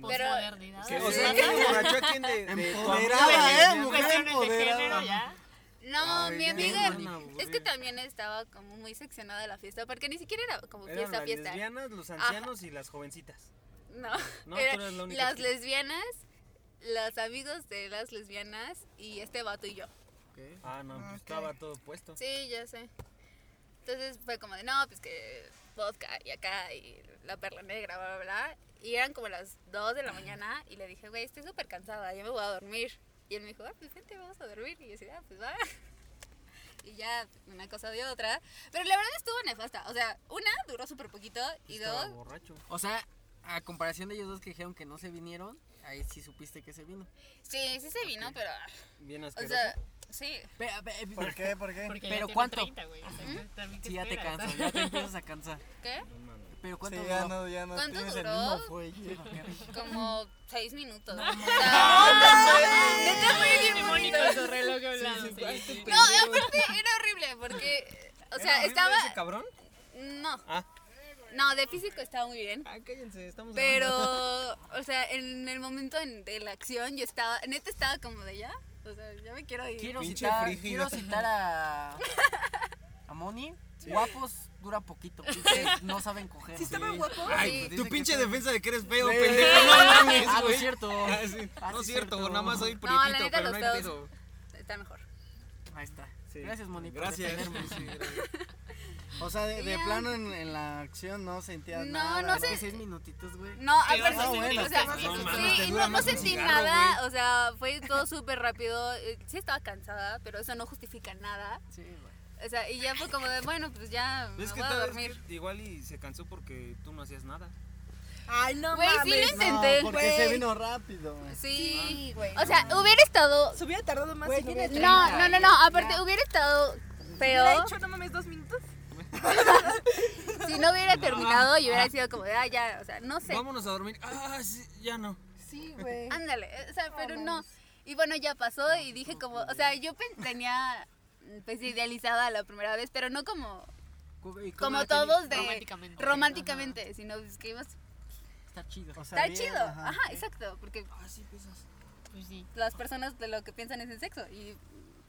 Pues, pero... Que, O sea, ¿quién emborrachó a quién de, de tu Empoderada, eh, amiga, güey? mujer empoderada. No, Ay, mi ya amiga, me van a aburrir. es que también estaba como muy seccionada de la fiesta, porque ni siquiera era como Eran fiesta, las fiesta. lesbianas, los ancianos y las jovencitas. No, No, era tú eras la única las que- lesbianas, los amigos de las lesbianas y este vato y yo. Ah, no, pues estaba todo puesto. Sí, ya sé. Entonces fue como de, no, pues que vodka y acá y la perla negra, bla, bla, bla. Y eran como las 2 de la mañana y le dije, güey, estoy súper cansada, ya me voy a dormir. Y él me dijo, ah, pues vente, vamos a dormir. Y yo decía, ah, pues va. Y ya, una cosa de otra. Pero la verdad estuvo nefasta. O sea, una duró súper poquito y Estaba dos, borracho. O sea, a comparación de ellos dos que dijeron que no se vinieron, ahí sí supiste que se vino. sí, sí se vino, pero, Bien o asqueroso. sea, sí. Pero, pe- ¿Por qué? ¿Por qué? Pero ¿cuánto? Si Sí, ya te cansas, ya te empiezas a cansar. ¿Qué? Pero ¿cuánto Sí, ya duró? no, ya no ¿Cuánto tienes el duró? mismo fuelle. Como seis minutos. O sea, neta fue bien bonito. su reloj hablando. No, aparte era horrible porque, o ¿Era sea, horrible estaba... ese cabrón? No, Ah, no, de físico estaba muy bien. ah, cállense, estamos Pero, o sea, en el momento en- de la acción yo estaba, neta estaba como de ya. O sea, ya me quiero ir. Quiero Pinche citar, frígido. quiero citar a. A Moni. Guapos dura poquito. pinches, No saben coger. Si estaba guapo. Ay, Sí. tu pinche defensa de que eres feo, Sí. pendejo. No mames, Ah, no güey. es cierto. Ah, sí. Ah, No es sí cierto, cierto. nada más soy No, la prietito, neta, pero los no hay feos. pedo. Está mejor. Ahí está. Sí. Gracias, Moni. por Gracias. defenderme. <laughs> sí, gracias. O sea, de, de Ya. plano en, en la acción no sentías No, nada. no sé. Que seis minutitos, güey. No, aparte, Ah, bueno, o sea, no sí, mames, te y dura no, no más un sentí cigarro, nada, o sea, fue todo súper rápido. Eh, Sí estaba cansada, pero eso no justifica nada. Sí, güey. O sea, y ya fue como de, bueno, pues ya me Es que voy a tal dormir. vez que igual y se cansó porque tú no hacías nada. Ay, no Güey, sí mames. lo No, intenté, porque güey. se vino rápido. Sí, güey, O sea, hubiera estado. Se hubiera tardado más. Güey, si no no hubiera No, no, no, no. Aparte, hubiera estado hubiera feo. hecho, no mames, dos minutos. Si no <laughs> hubiera terminado, yo hubiera sido como de, ah, ya, o sea, no sé. Vámonos a dormir. Ah, sí, ya no. Sí, güey. Ándale, o sea, pero no. Y bueno, ya pasó y dije como, o sea, yo pen- tenía pues idealizada la primera vez, pero no como Cu- y cu- como todos de Románticamente. románticamente, sino pues que ibas Está chido. O sea, está bien, chido. ajá. Ajá, exacto, porque Pues sí. las personas de lo que piensan es en sexo y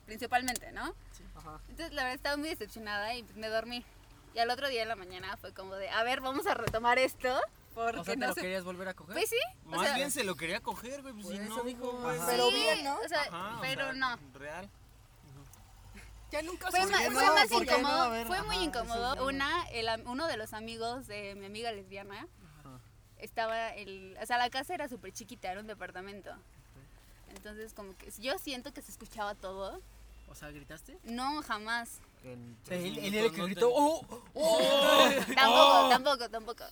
principalmente, ¿no? Ajá. Entonces la verdad estaba muy decepcionada y pues, me dormí. Y al otro día en la mañana fue como de, a ver, vamos a retomar esto porque O sea, ¿te no lo se querías volver a coger? Pues sí, o Más sea, bien se lo quería coger, güey. Pues Por si eso no, digo, dijo. ajá. sí, Pero bien, ¿no? o sea, Ajá, o pero sea, no. Real. Ya nunca Fue, usé ma- qué fue no? más ¿Por qué no? incómodo, A ver, fue ajá, muy eso es incómodo. bueno. Una, el am- uno de los amigos de mi amiga lesbiana estaba, el, o sea, la casa era súper chiquita, era un departamento. Entonces, como que yo siento que se escuchaba todo. O sea, ¿gritaste? No, jamás. Él él era el que gritó. "Uh". ¡Oh! <laughs> Tampoco, tampoco, tampoco.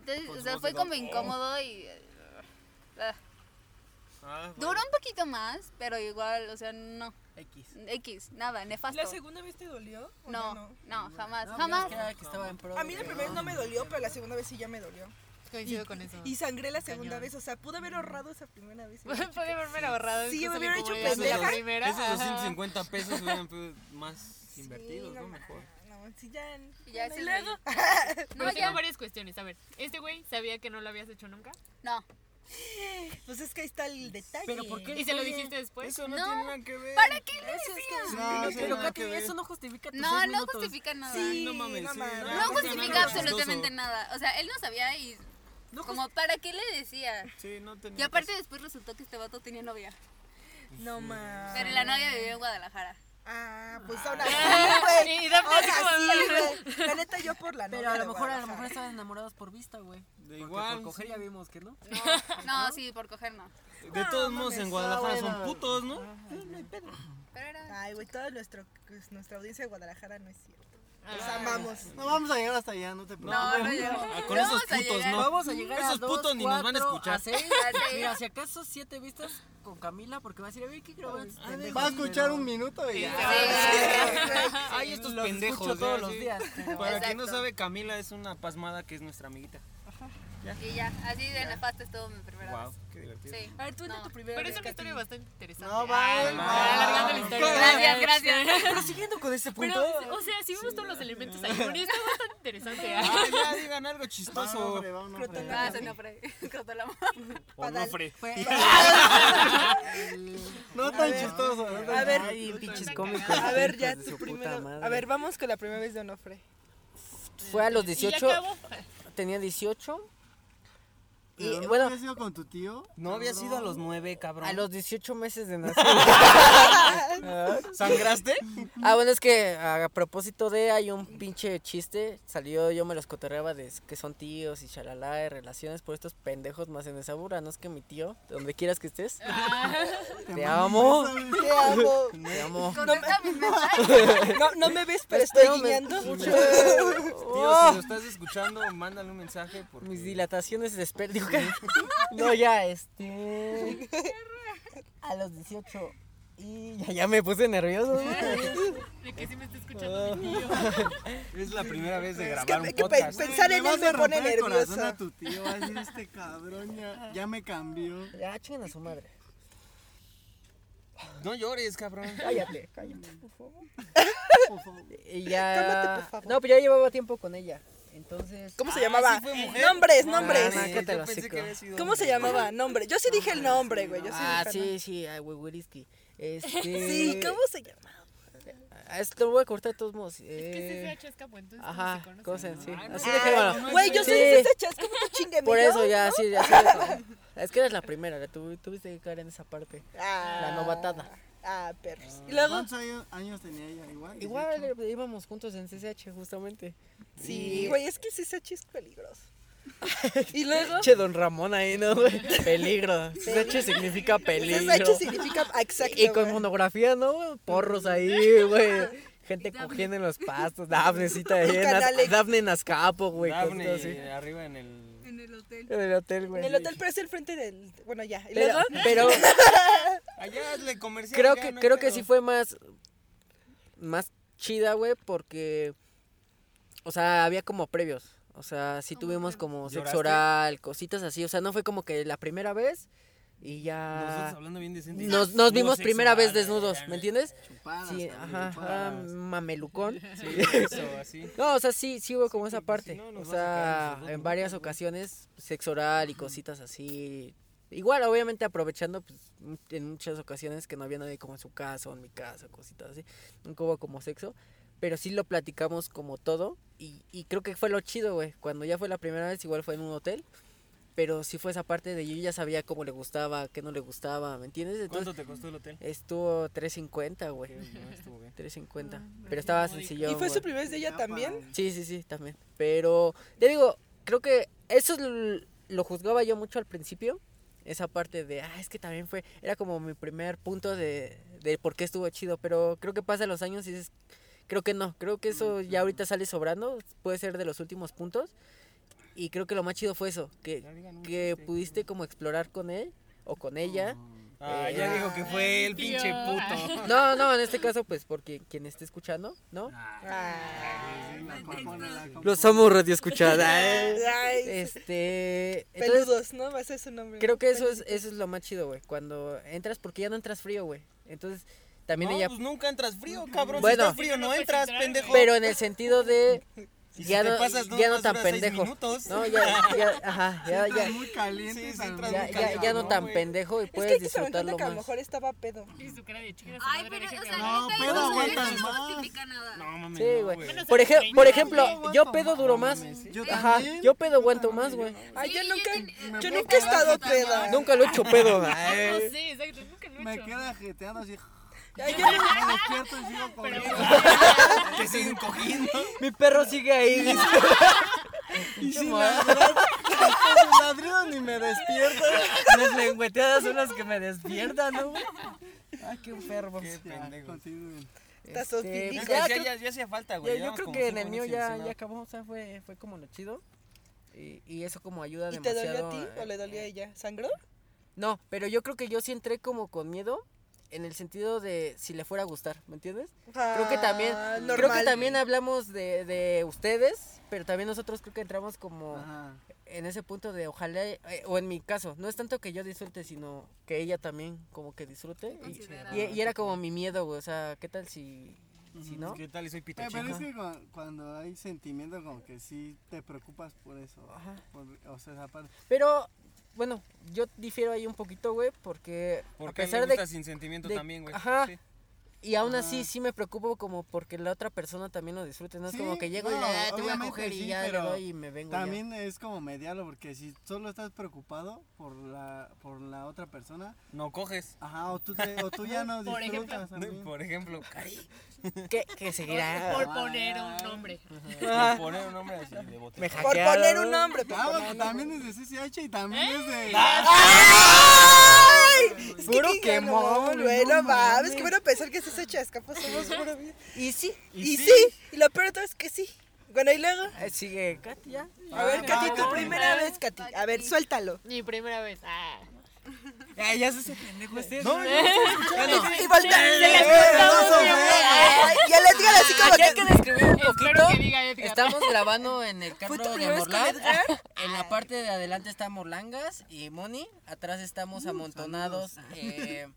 Entonces, Con o su sea, voz fue de como don- incómodo y... eh, ah. Ah, bueno. Duró un poquito más, pero igual, o sea, no. X. X, nada, nefasto. ¿La segunda vez te dolió? ¿O No, ya no? no, jamás, No, jamás. pues, Era que estaba en pro A mí de- la primera vez no me dolió, pero la segunda vez sí ya me dolió. Coincido con eso. <laughs> Y sangré la segunda Ah. Cañón. vez, o sea, pude haber ahorrado esa primera vez. <laughs> Puede haberme ahorrado. Sí, me incluso hubiera la hecho incomodidad de pendeja. La primera. Esos ajá. 250 pesos hubieran sido más Sí, invertidos, no ¿no? ma- Mejor. No, sí, ya. Ya bueno, se y luego, No, Pero tengo ya. varias cuestiones. A ver, ¿este güey sabía que no lo habías hecho nunca? No, pues es que ahí está el detalle. ¿Y se lo dijiste después? Eso no, No, tiene nada que ver. ¿Para qué Eso le es que- No, tiene pero nada Katy, que ver. Eso no justifica tus no, seis no minutos. justifica nada. Sí, no mames, no sí, mames. Pues nada. no Justifica justifica nada, absolutamente chistoso. nada. O sea, él no sabía y No como para qué le decía. Sí, no tenía Y aparte después resultó que este vato tenía novia. No mames. Pero la novia vivía en Guadalajara. Ah, pues <laughs> ahora sí, güey. Y da Ahora pena como- sí, güey. La neta, yo por la Pero novia a de lo mejor, a lo Guadalajara. mejor estaban enamorados por vista, güey. Porque igual, Por coger sí. ya vimos que no. No, sí, por coger no. que- De todos modos, en Guadalajara son putos, ¿no? Pero era... Ay, güey, toda nuestro, pues, nuestra audiencia de Guadalajara no es cierto. Ah, Los amamos. No vamos a llegar hasta allá, no te preocupes. No, no llegó. Ah, No Con esos vamos a putos, llegar. ¿no? Vamos a llegar a Esos dos, putos ni nos van a cuatro, escuchar. seis. Así. Mira, si acaso siete vistas con Camila, porque va a decir, a ver, ¿qué grabaste? Va a escuchar un minuto y ya. Ay, estos Los pendejos. escucho todos ya, los sí. días. pero- Para quien no Exacto. sabe, Camila es una pasmada que es nuestra amiguita. Y ya, así de nefasto estuvo mi primera Wow, vez. qué divertido. Sí. A ver, tú No. tu primera Pero es vez, una historia Katy. bastante interesante. No, Ah, va, Ay, va. alargando la historia. Gracias, gracias. <laughs> Pero siguiendo con ese punto. Pero, o sea, sí me gustan los elementos ahí, pero está bastante interesante. ¿ah? Ah, ya digan algo Va un chistoso. hombre, va un hombre. Ah, se me fue. Cortó la mano. Onofre. No tan chistoso. no tan- A ver, Ay, pinches cómicos. a ver, ya hijos de tu su primera. puta madre. A ver, vamos con la primera vez de Onofre. Fue a los Y ya 18, acabó. tenía 18. Pero Y ¿no bueno, habías ido con tu tío? No había sido a los nueve, cabrón. a los 18 meses de <laughs> nacer. ¿Sangraste? Ah, bueno, es que a propósito de hay un pinche chiste, salió yo me los cotorreaba de que son tíos y chalala de relaciones por estos pendejos más en esa burra, no es que mi tío, donde quieras que estés. Te amo. Te amo. Te amo. Contesta mis mensajes. <laughs> No, no me ves, pero estoy guiñando. Tío, si lo estás escuchando, mándale un mensaje. Porque... Oh. Mis dilataciones de esper... digo, ¿qué? <laughs> No, ya, este... A los 18. Y ya, ya me puse nervioso. De que sí me está escuchando mi tío. Es la primera vez de que, grabar un que pe- podcast. pensar Le en vas él me a pone romper el corazón nervioso. a tu tío, vas a decir, este cabrón ya, ya me cambió. Ya, chingan a su madre. No llores, <laughs> cabrón. Cállate, cállate. Por favor. Y ya... No, pero ya llevaba tiempo con ella. Entonces... ¿Cómo se Ah, llamaba? sí fue mujer. Nombres, No, nombres. Ah, mames, yo cállate el pensé hocico. que había sido ¿Cómo se llamaba? Nombre. Yo sí dije el nombre, güey. Yo sí Ah, dije el sí, sí, ay, güey, <laughs> güerisqui. Este... nombre. Sí, ¿cómo se llama? Ah, Esto lo voy a cortar de todos modos. Es que eh, ese es Chescapo, entonces no Ajá, se conoce. cosas, sí. Ay, no Así sé. dejémoslo. Güey, yo soy Sí. de esas chas, ¿cómo te chingue Por mi yo? eso ya, sí, así de- Es que eres la primera, la tuvi- tuviste que caer en esa parte. Ah, La novatada. Ah, perros. Y luego. ¿Cuántos años, años tenía ella? Igual. Igual eh, íbamos juntos en CCH, justamente. Sí, güey, es que ese CCH es <laughs> peligroso. y luego. Che, don Ramón ahí, ¿no? güey? Peligro. CCH significa peligro. CCH significa. ah, Exacto. <laughs> Y con güey. monografía, ¿no? Porros ahí, güey. Gente cogiendo en los pastos. Dafnecita ahí. en Naz- Canalex. Dafne en Azcapo, güey. Dafne, cosas así. arriba en el. En el hotel. En el hotel, En güey. el hotel, pero es el frente del. Bueno, ya. Y Pero, luego. pero Allá le comercial. creo ya, que no hay creo que pedo. sí fue más más chida, güey, porque o sea, había como previos. O sea, sí tuvimos como sexo ¿Lloraste? oral, cositas así, o sea, no fue como que la primera vez y Nosotros ya hablando bien decente. nos, nos Puro vimos sexo, eh, primera vez ala, desnudos, ala, ¿me entiendes? Chupadas. Sí, cabrón, ajá, chupadas. ah, mamelucón. Eso, así. <laughs> No, o sea, sí, sí hubo como Sí, esa porque si parte. no, o nos vas a quedar sea, nosotros en locos, varias güey. ocasiones, sexo oral y cositas así. Igual, obviamente, aprovechando pues, mu- en muchas ocasiones que no había nadie como en su casa o en mi casa, cositas así. Nunca hubo como sexo. Pero sí lo platicamos como todo. Y, y creo que fue lo chido, güey. Cuando ya fue la primera vez, igual fue en un hotel. Pero sí fue esa parte de yo ya sabía cómo le gustaba, qué no le gustaba, ¿me entiendes? Entonces ¿Cuánto te costó el hotel? estuvo 3.50, güey. Qué bueno, estuvo bien. 3.50. Pero estaba sencillo. Ah, Y fue su güey. primera vez de ella Ya también. Sí, sí, sí, también. Pero te digo, creo que eso es l- lo juzgaba yo mucho al principio. Esa parte de, ah, es que también fue, era como mi primer punto de, de por qué estuvo chido. Pero creo que pasan los años y dices, creo que no, creo que eso ya ahorita sale sobrando. Puede ser de los últimos puntos. Y creo que lo más chido fue eso, que, Ya digan un que chiste, pudiste como explorar con él o con ella Ah, ya dijo que fue el Tío. pinche puto. No, no, en este caso, pues, porque quien esté escuchando, ¿no? Ah. Ah. Los somos <laughs> radio escuchada. Ay, Este. Eh, Entonces, Peludos, ¿no? Va a ser su nombre. creo que eso es, eso es lo más chido, güey. Cuando entras, porque ya no entras frío, güey. Entonces, también No, ella. pues nunca entras frío, cabrón. Bueno. si está frío, no puedes entras, entrar, pendejo. Pero en el sentido de. Y <laughs> si ya te no, pasas, no ya no más tan dura seis pendejo. minutos. <laughs> No, ya, ya, ajá, ya, ya, muy caliente. Sí, sí, entras ya, muy ya, caliente, ya no tan güey? pendejo y Es que hay puedes que tomar en cuenta disfrutarlo que a lo más. mejor estaba pedo. Tienes tu cara de chica. Ay, pero, o sea, No, neta, pero eso aguantas eso más. no justifica nada. No mames. Sí, no, güey. Bueno, Por, o sea, ejem- por no, ejemplo, yo pedo duro más. Yo Ajá, también. yo pedo aguanto más, güey. Ay, yo Sí, nunca, yo ten- yo me nunca he pongo estado hasta peda. allá. Nunca lo he hecho pedo. No sé, exacto, nunca lo he Me hecho. queda jeteando así. Ay, yo nunca- <laughs> Me despierto y sigo Pero corriendo. <laughs> Que siguen cogiendo. Mi perro sigue ahí. Y sin ladrar. Sin ladrido ni me despierto. Las lengüeteadas son las que me despiertan, ¿no? Ay, qué enfermo. Qué pendejo. Continúen. Estás Este, hostilizado. ya, Ya, creo- ya, ya hacía falta, ya, güey. yo llevamos creo como que en cinco el mío minutos ya, sin ya cenar. acabó, o sea, fue, fue como lo chido. Y, y eso como ayuda ¿Y te dolió demasiado. a ti o le dolió a eh, ella? ¿Sangró? No, pero yo creo que yo sí entré como con miedo en el sentido de si le fuera a gustar, ¿me entiendes? Creo que también, Ah, creo que normal. también hablamos de, de ustedes, pero también nosotros creo que entramos como Ajá. en ese punto de ojalá, eh, o en mi caso, no es tanto que yo disfrute, sino que ella también como que disfrute. Y, Considera. y- y era como mi miedo, güey, o sea, ¿qué tal si, si no? ¿Qué tal? Y soy pito Eh, pero chico. es que cu- cuando hay sentimiento como que sí te preocupas por eso. por- o sea, esa parte. Pero, bueno, yo difiero ahí un poquito, güey, porque a Porque a mí pesar me gusta de... sin sentimiento de- también, güey. ajá. Sí. Y aún así sí me preocupo como porque la otra persona también lo disfrute, no es Sí, como que llego y le no, "Ah, te voy a obviamente coger y sí, ya le pero doy y me vengo. ya". También es como mediarlo porque si solo estás preocupado por la por la otra persona, No coges. ajá, o tú, te- o tú ya no <laughs> Por ejemplo. disfrutas. también. Por ejemplo, cari. ¿Qué, qué seguirá? Por poner un nombre. Por poner un nombre así de bote. Por poner un nombre. por Ah, poner- bueno, también es de CCH y también es de... Es Puro que digan, quemón, no, güey, Bueno, no mames, mames. que bueno pensar que estás hecha escapa, pues somos puro bien. ¿Y sí? Y sí, y lo peor de todo es que sí. Bueno, y luego. Eh, Sigue Katy ya. Ah, A ver, Katy, tu no, primera no. vez, Katy. A ver, suéltalo. Mi primera vez. Ah. Ah, ya se ese pendejo este. No, no, Y voltea. Eh, Ay, Ya le digan así como Aquí hay que. que describir un poquito. Espero que diga Edgar. Estamos grabando en el ¿Fue tu carro de primera vez con Morlán. Edgar? En la parte de adelante está Morlangas y Moni. Atrás estamos amontonados eh,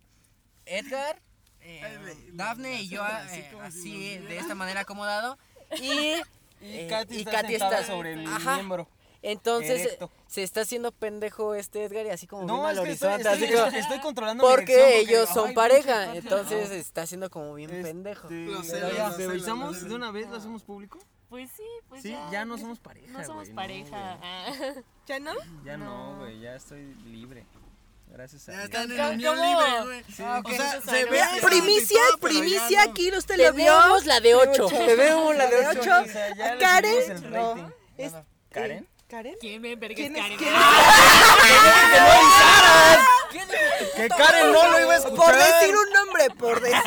Edgar, eh, Dafne y yo eh, así de esta manera acomodado. Y, eh, Katy y está Katy sentada está sobre el Ajá. miembro. Entonces eh, Erecto. se está haciendo pendejo este Edgar y así como No, bien es al que estoy, horizonte. estoy, así como- estoy, estoy controlando mi erección porque ellos son ay, pareja, entonces está haciendo como bien Este, pendejo. Lo sé, Pero lo ya, sé, lo ¿revisamos sé. de una vez? ¿Lo hacemos público? Pues sí, pues Sí, ya. ya no somos pareja. No somos güey, pareja. Ah. <laughs> ¿Ya no? güey. Ya no, güey, ya estoy libre. Gracias Ya a están en ¿Cómo? unión libre, güey. O sea, se ve... Vean, primicia, primicia aquí, usted Te lo vio. vemos la de 8. <laughs> Te vemos la <laughs> Eh, de 8. O sea, ya le subimos Karen. el No. rating. Es- ¿Karen? ¿Karen? ¿Quién me verga ¿Quién es es Karen? quién? Ah, Que Karen no lo iba a escuchar. <laughs> Por decir un nombre, por decir. <laughs>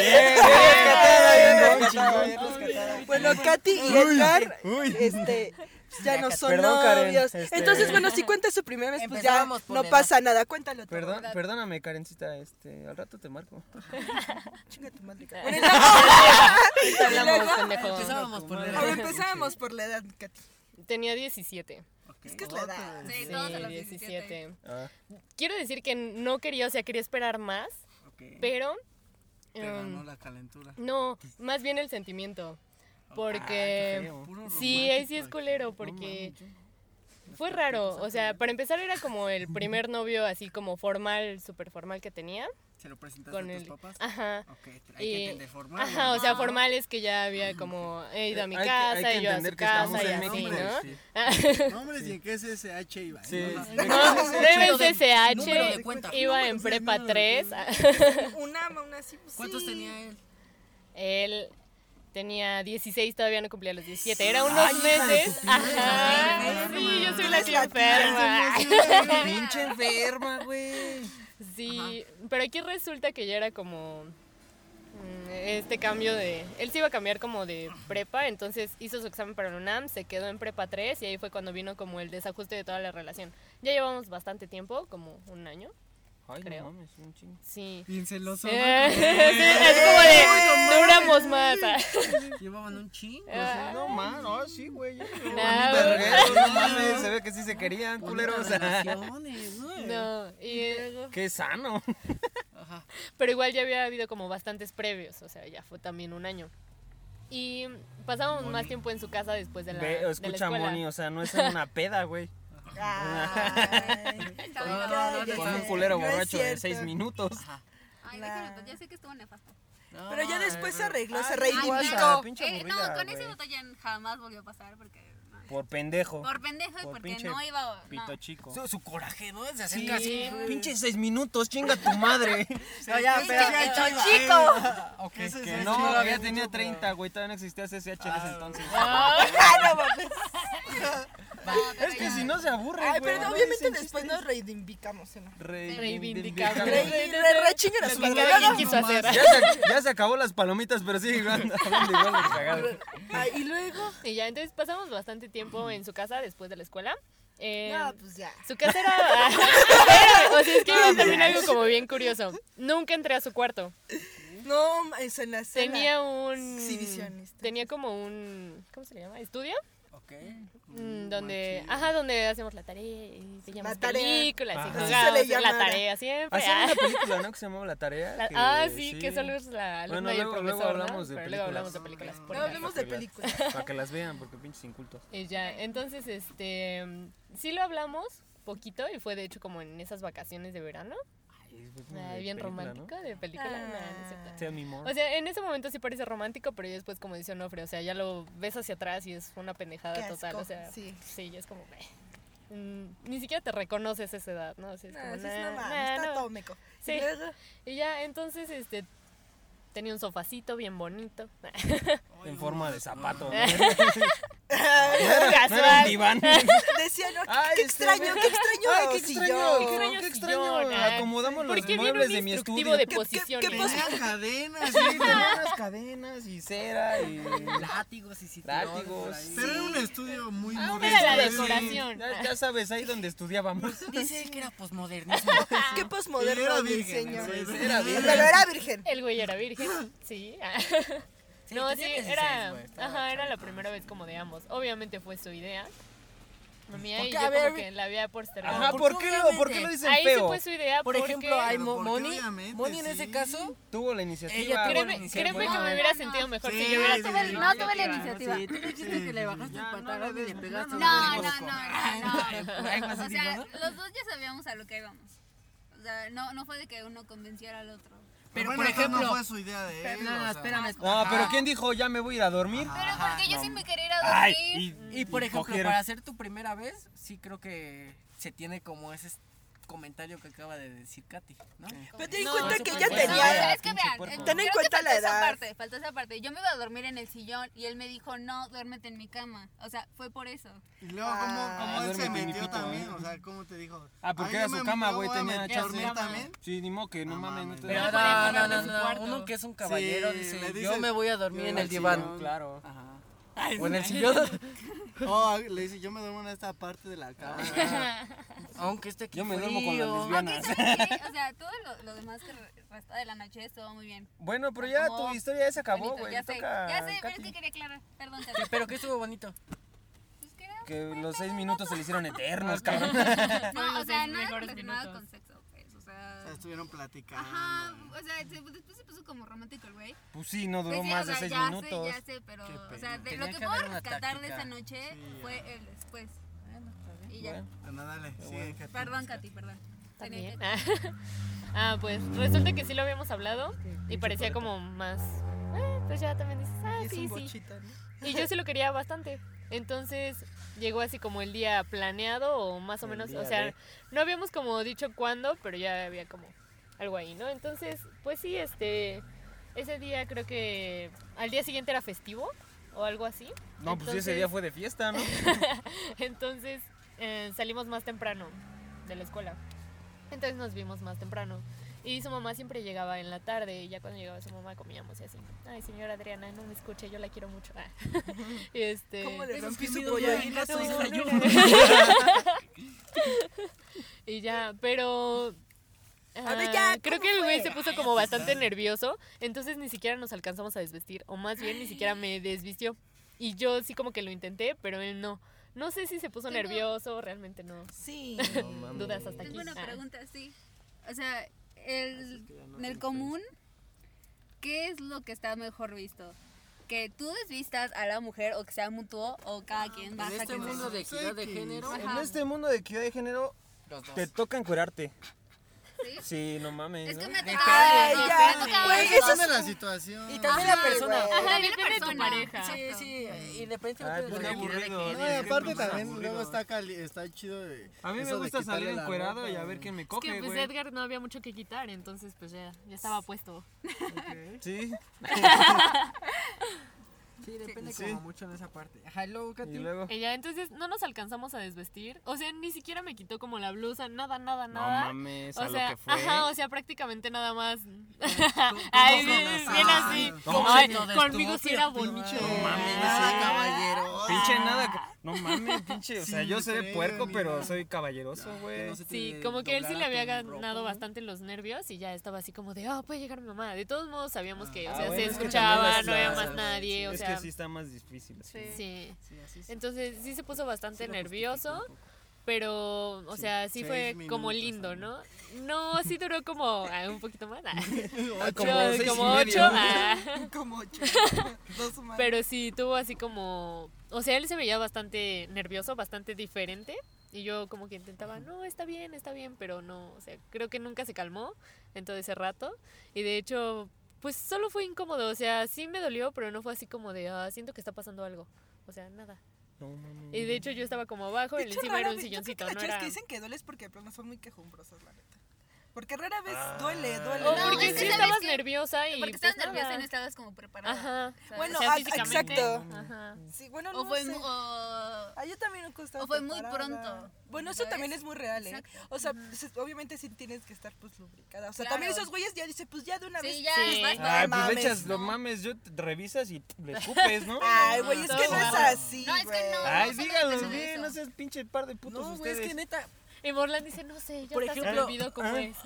eh, Bien, bien, rescatada, bien rescatada, bien rescatada. Bueno, Katy y Edgar, este, pues ya no son Perdón, Karen, novios. este- Entonces, bueno, si cuentas su primera vez, pues ya Empezábamos por no la pasa nada. Cuéntalo tú. Perdón, perdóname, Karencita, este, al rato te marco. Chinga tu madre, Karen. Bueno, y luego- y luego- Empezábamos por la a ver, empezábamos por la edad, Katy. Tenía 17. Es que es la edad. Sí, Sí, Eh, todos a los 17. 17. Ah, Quiero decir que no quería, o sea, quería esperar más, pero... Te em, ganó la calentura. No, más bien el sentimiento. Porque Puro Eh, sí, ahí sí es culero, porque fue raro. O sea, para empezar era como el primer novio así como formal, súper formal que tenía. ¿Se lo presentaste Con a tus el... papás? Ajá. Ok, hay Y- que entender formal. Ajá, o sea, formal es que ya había como he ido a mi Eh, Hay que- hay casa que y yo a entender su que Ah, estamos casa y en así, México, ¿no? <laughs> sí. Nombres y en qué es SH iba. Sí. ¿no? No, debe ser Número de CH, cuenta. iba en prepa 3. Una, una así. pues, ¿Cuántos sí. tenía él? <laughs> Él tenía 16, todavía no cumplía los 17. Ah, Era unos meses. Ajá. Sí, yo soy la que enferma. <laughs> Pinche enferma, güey. Sí, pero aquí resulta que ya era como mm, este cambio de... Él se iba a cambiar como de prepa, entonces hizo su examen para la UNAM, se quedó en prepa 3 y ahí fue cuando vino como el desajuste de toda la relación. Ya llevamos bastante tiempo, como un año. Ay, Creo. no mames, un chingo. Sí. Bien celoso. <laughs> Eh, sí, es como de... Duramos más. ah. ¿no? <laughs> Llevaban un chingo. Ah, Pues, eh, No mames, no, sí, güey. yo creo. Nah, Bonita güey. regalo, No mames, se ve que sí se querían, culeros. relaciones, ¿no? No, y, <laughs> Qué sano. pero igual ya había habido como bastantes previos, o sea, ya fue también un año. Y pasamos más tiempo en su casa después de la, Ve, de la escucha, escuela. Moni, o sea, no es en una peda, güey. <laughs> Con un culero No es borracho de cierto. seis minutos. Ay, déjame, pues, ya sé que estuvo nefasto. Pero ya después se arregló, se Ay, Igual, pero- esa reivindicó. pinche eh, no, aburrida, con güey. ese botón ya jamás volvió a pasar porque. no. Por pendejo. Por pendejo y Por porque pinche no iba. no. Pito chico. Su, su coraje, ¿no? Se Sí, acerca así. güey. pinche seis minutos, chinga tu <laughs> madre. No, ya, Pinche espera. pito chico. <laughs> Que- Ese es que el no, chido, que ya había tenía mucho, 30, güey, todavía no existía CCH en ese entonces. Ah, es que si no se aburre, güey. Ay, pero no obviamente dicen después chistes. nos reivindicamos. ¿no? Reivindicamos. Re, re, re, re chingan a su Lo que madre. cada <laughs> quien quiso hacer. Ya se, ya se acabó las palomitas, pero sigue igual. <laughs> hablando igual de cagado. Ay, y luego. Y ya, entonces pasamos bastante tiempo en su casa después de la escuela. Eh, No, pues ya. Su casa <laughs> era... Espera, o sea, es que iba también algo como bien curioso. Nunca entré a su cuarto. No, ma- es en la sala. Tenía un... Exhibicionista. Tenía como un... ¿Cómo se le llama? ¿Estudio? Mm, donde... Ajá, donde hacemos la tarea y veíamos La tarea. películas y Ajá. Así se le jugábamos llama la ahora. tarea siempre. Hacían Ah, pues, una película, ¿no? Que se llamaba La Tarea. la- ah, sí, que solo es la alumna Bueno, y el luego- luego profesor, ¿no? hablamos de Pero luego hablamos de películas. películas. por No acá. hablemos de películas. Para que las vean, porque pinches incultos. Y ya, entonces, este, mm, sí lo hablamos poquito y fue de hecho como en esas vacaciones de verano, Ay, bien romántico de película, no, no es Ah. cierto. Tell me more. O sea, en ese momento sí parece romántico, pero ya después como dice Onofre, o sea, ya lo ves hacia atrás y es una pendejada Qué asco, total, o sea, sí. ya es como, "Meh". Mm, ni siquiera te reconoces esa edad, ¿no? O sea, es No, como, eso es "Nah, no nah, mames, está no". todo meco. Sí. Y luego, Y ya, entonces, este, tenía un sofacito bien <laughs> bonito, En forma de <laughs> zapato. No era un casual. <laughs> diván. decía, no, qué, Ay, qué este, extraño, qué extraño, Ay, qué el extraño, sillón. qué extraño, qué extraño. Acomodamos los ah, Porque viene muebles un de mi instructivo estudio. de ¿Qué- qué- qué posiciones. pos- Tenían Pues cadenas, <laughs> Sí, sí. tenía unas cadenas y cera <laughs> y Látigos y citados. látigos. Pero era un estudio muy Ah, modesto. mira la güey. decoración. Ya, ya sabes, ahí donde estudiábamos. Dice que era posmodernismo. Qué Y era posmoderno el virgen, diseño. güey. Pero Era era virgen. El güey era virgen, sí. ah. <laughs> Sí, no, sí, tenía 16, era, güey, estaba ajá, era la chavito, primera vez como de ambos. Obviamente fue su idea. La mía Porque, y yo a como ver, que la había postergado. Ajá, ¿por qué, lo, ¿por qué lo dicen Ahí sí feo? fue su idea Por porque ejemplo, hay Pero Mo- porque Moni. obviamente, Moni en ese sí. caso. Tuvo la iniciativa. Ella tuvo la Créeme, iniciativa. créeme que me Bueno, hubiera sentido mejor si Sí, yo hubiera sí, tuve- tenido no la tuve la Sí, iniciativa. tú dijiste que le bajaste el pantalón y le Ah, pegaste. No, un no, brinco. no, no, no. O sea, los dos ya sabíamos a lo que íbamos. O sea, no, no fue de que uno convenciera al otro. Pero Bueno, por esa ejemplo. No fue su idea de él. No, o no, sea. espérame. No, pero ¿quién dijo ya me voy a ir a dormir? Pero porque yo sí me quería ir a Ay, dormir. y, Y por y ejemplo, coger. para hacer tu primera vez, sí creo que se tiene como ese s- comentario que acaba de decir Katy, ¿no? Pero ten en No, cuenta eso que fue ella feo. No, o sea, tenía. es que Pinche vean, puerco. eh, Ten en creo que cuenta faltó la esa edad. parte, faltó esa parte. Yo me iba a dormir en el sillón y él me dijo, no, duérmete en mi cama. O sea, fue por eso. Y luego, ¿cómo, cómo él se duérmete, mi metió pito, también? eh. O sea, ¿cómo te dijo? Ah, porque "Ay, era yo su me- cama, yo güey, voy a tenía meter chance. dormir también? Sí, ni modo que no No mames, no mames. te Pero no, da- no, ponerlo no, en su no, cuarto. uno que es un caballero Sí, dice, le dice, yo me voy a dormir yo en voy el al diván. sillón. Claro. Ajá. O en el sillón. Oh, le dice, yo me duermo en esta parte de la cama. Aunque esté aquí Yo me frío. duermo con las lesbianas. ¿eh? Aunque, <laughs> ¿sabes qué? O sea, todo lo, lo demás que re- resta de la noche estuvo muy bien. Bueno, pero ya Como- tu historia ya se acabó, Bonito, güey. ya le sé, toca a ya sé, pero es Katy. que quería aclarar. Perdón, te Pero que estuvo bonito. Pues que era- Que los seis minutos se le hicieron <laughs> eternos, cabrón. Fueron No, o sea, los seis nada mejores relacionado minutos. con sexo, pues, o O sea... sea, <laughs> estuvieron platicando. Ajá, o sea, se- después se puso como romántico el güey. Pues <laughs> sí, no duró Pues sí, más o de sea, seis ya minutos. Sé, ya sé, pero, o sea, de, Tenía lo que que puedo haber una rescatar de táctica. esa noche fue el después. y ya. Bueno. Bueno, pues, dale, sigue, Katy. Perdón, Katy, perdón. Tenía También. que- <laughs> ah, pues resulta que sí lo habíamos hablado y parecía como más. "Ah, Pues ya también dices, ah, Es sí, un sí. bochito, ¿no? Y yo sí lo quería bastante. Entonces llegó así como el día planeado o más o El menos, día o sea, de. no habíamos como dicho cuándo, pero ya había como algo ahí, ¿no? Entonces, pues sí, este, ese día creo que al día siguiente era festivo o algo así. <laughs> No, pues sí, ese Entonces- día fue de fiesta, ¿no? Entonces eh, salimos más temprano de la escuela. Entonces nos vimos más temprano. Y su mamá siempre llegaba en la tarde y ya cuando llegaba su mamá comíamos y así. Ay, señora Adriana, no me escuche, yo la <laughs> quiero mucho. <laughs> Ah. Y este... ¿Cómo le Esos rompí su gemidos no polla? eran gatos, era yo. Y ya, pero... ver, ah, ya, creo ¿cómo que el güey fue? se puso como bastante nervioso, entonces ni siquiera nos alcanzamos a desvestir, o más bien ni siquiera me desvistió. Y yo sí como que lo intenté, pero él no. No sé si se puso Tengo- nervioso, realmente no. <laughs> Sí. <laughs> Dudas hasta aquí. Tengo una Ah. pregunta, sí. O sea, el, en el común, ¿qué es lo que está mejor visto? ¿Que tú desvistas a la mujer o que sea mutuo o cada pues quien va En a este que mundo de equidad de género, Ajá. En este mundo de equidad de género, los dos. te tocan curarte. ¿Sí? Sí, no mames. Es que ¿no? me ha tocado. Ay, no, ya, me ha tocado güey, eso. eso Dame la situación. Y también la persona. <laughs> Ajá, También la depende de tu persona. pareja. Sí, sí, Ay, independientemente pues de qué la equidad de aburrido, género. No, y Ay, aparte pues, qué también aburrido. luego está, cali- está chido de... A mí me eso de gusta salir quitarle la encuerado ropa, y a güey. ver quién me Es coge, que pues güey. Edgar no había mucho que quitar, entonces pues ya, ya estaba puesto. Sí. Sí, depende Sí. como mucho en esa parte. Ajá, y luego, Y Katy. luego. Ella, entonces no nos alcanzamos a desvestir. O sea, ni siquiera me quitó como la blusa, nada, nada, nada. mames, o sea, ajá, o sea, prácticamente nada más. <laughs> tú no Ay, bien, sabes. bien así. ¿Cómo Ay, se lo destuvo? conmigo sí era bonito. No mames, Ah. <laughs> Pinche nada. que- No mames, pinche. O sea, Sí, yo seré creo, puerco, mira. pero soy caballeroso, güey. Sí, como que él sí le había ganado bastante los nervios y ya estaba así como de, oh, puede llegar mi mamá. De todos modos sabíamos que, o Ah, sea, bueno, se es que escuchaba, también no había las- más nadie, o Es sea, que sí está más difícil. así. Sí. sí. Entonces sí se puso bastante nervioso, pero, o Sí, sea, sí seis fue como minutos, lindo, ¿no? ¿no? No, sí duró como ah, un poquito <laughs> más, ah. como Yo, seis y como medio. ocho, ah. Como <laughs> ocho. Dos más. pero sí tuvo así como, o sea, él se veía bastante nervioso, bastante diferente. Y yo como que intentaba, no, está bien, está bien, pero no, o sea, creo que nunca se calmó en todo ese rato. Y de hecho, pues solo fue incómodo, o sea, sí me dolió, pero no fue así como de, ah, siento que está pasando algo. O sea, nada. No mames. Y de hecho yo estaba como abajo, De él hecho, encima era rara un vez- yo creo que silloncito, las no chavas era... que dicen que duele es porque pero no son muy quejumbrosas, la neta. Porque rara vez duele, Ah. duele. O No, porque es que sí ¿sabes estabas qué? nerviosa y Porque pues, estabas nerviosa nada. y no estabas como preparada. Ajá. o sea, Bueno, o sea, ah, físicamente, exacto. Ajá. Sí, bueno, no O fue sé. mu- o- Ah, yo también nunca estaba O fue muy preparada. pronto, Bueno, eso ¿sabes? también es muy real, ¿eh? Exacto. O sea, se- obviamente sí tienes que estar pues lubricada. O sea, Claro. también esos güeyes ya dicen, pues ya de una vez. Sí, ya, Sí. vas para Ay, no Ah, pues le mames, echas, no. lo mames, yo te revisas y le escupes, <laughs> ¿no? Ay, güey, es que no es No. así, Ah, No, es que güey. no. Ay, son díganlo expresiones de bien, eso. no seas pinche par de putos No, güey, ustedes. es que neta. Y Morlan dice, no sé, yo Por hasta se me ejemplo, olvidó cómo ah. es.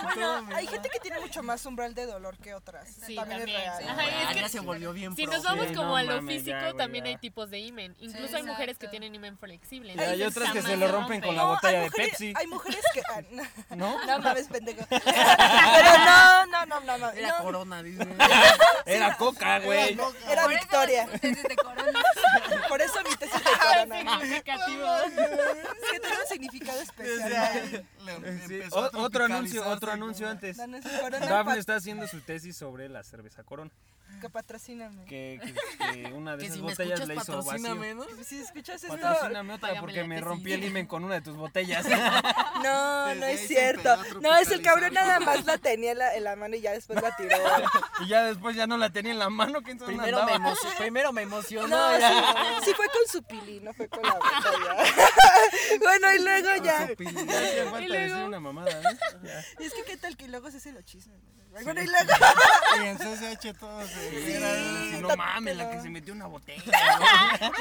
Bueno, hay gente que tiene mucho más umbral de dolor que otras. también, Sí, también, es real. sí. Ajá, y es Ah, que- ya se volvió bien Si pro. nos vamos Sí, como no a lo mames, ya, físico, güey, también ya. hay tipos de imen. Incluso hay exacto. mujeres que tienen imen flexible. Y hay Entonces, otras que jamás se lo rompen con la rompe. botella hay de mujeres- Pepsi, Hay mujeres que. ah, no. ¿no? <laughs> No mames, pendejo. Pero no, no, no, no. no. Era no. corona, dice. Era coca, güey. Era Por eso Victoria. los ustedes de corona. Por eso mi tesis de Ay, corona. significativo. <laughs> Es que tiene un significado especial. Le Sí, empezó a o- otro anuncio, tropicalizarse, otro anuncio como- antes. No, no es corona. Daphne pa- está haciendo su tesis sobre la cerveza Corona, Que patrocíname. que, que- que una de Que esas si me botellas escuchas, le hizo vacío. patrocíname, ¿no? Si escuchas esto, no, Patrocíname otra Págame porque la me tesis. rompí el imen con una de tus botellas. <laughs> no Desde ahí es se cierto. empezó a No, es el cabrón nada tropicalizar. más la tenía en la, en la mano y ya después la tiró. y ya después ya no la tenía en la mano, que entonces Primero me, andaba. emocionó, primero me emocionó. No, ya. sí, sí fue con su pilín, no fue con la botella. bueno, y luego ya. Ya hacía falta Y luego- decir una mamada, ¿eh? ¿no? Ya. Y es que qué tal que luego se hace lo chisme. Bueno, y <laughs> luego. Y en CCH todo se Era así, Sí, no ta- mames, la que pero- se metió una botella.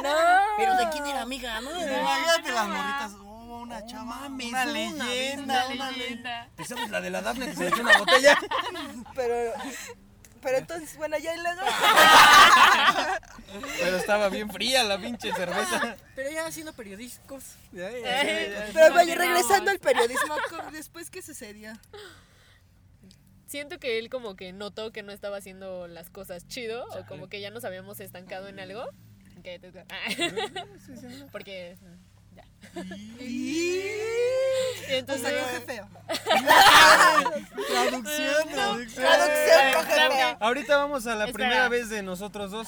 No. Pero de quién era amiga, ¿no? Imagínate las morritas. Oh, una chava. una leyenda, una leyenda. ¿Te Pues, sabes la de la Dafne que se metió una botella? Pero. Pero entonces, bueno, ya y luego. Pero estaba bien fría la pinche Ah, cerveza. Pero ya siendo periodísticos. <laughs> Pero vaya, Continuamos. regresando al <laughs> periodismo, ¿cómo- después qué sucedió. Siento que él como que notó que no estaba haciendo las cosas chido o como que ya nos habíamos estancado en algo. Que te- Ah. <laughs> Porque mm, ya. O Y sea, coge entonces feo. Traducción, traducción. Traducción, coge Espera, feo. Ahorita vamos a la Espera. primera vez de nosotros dos.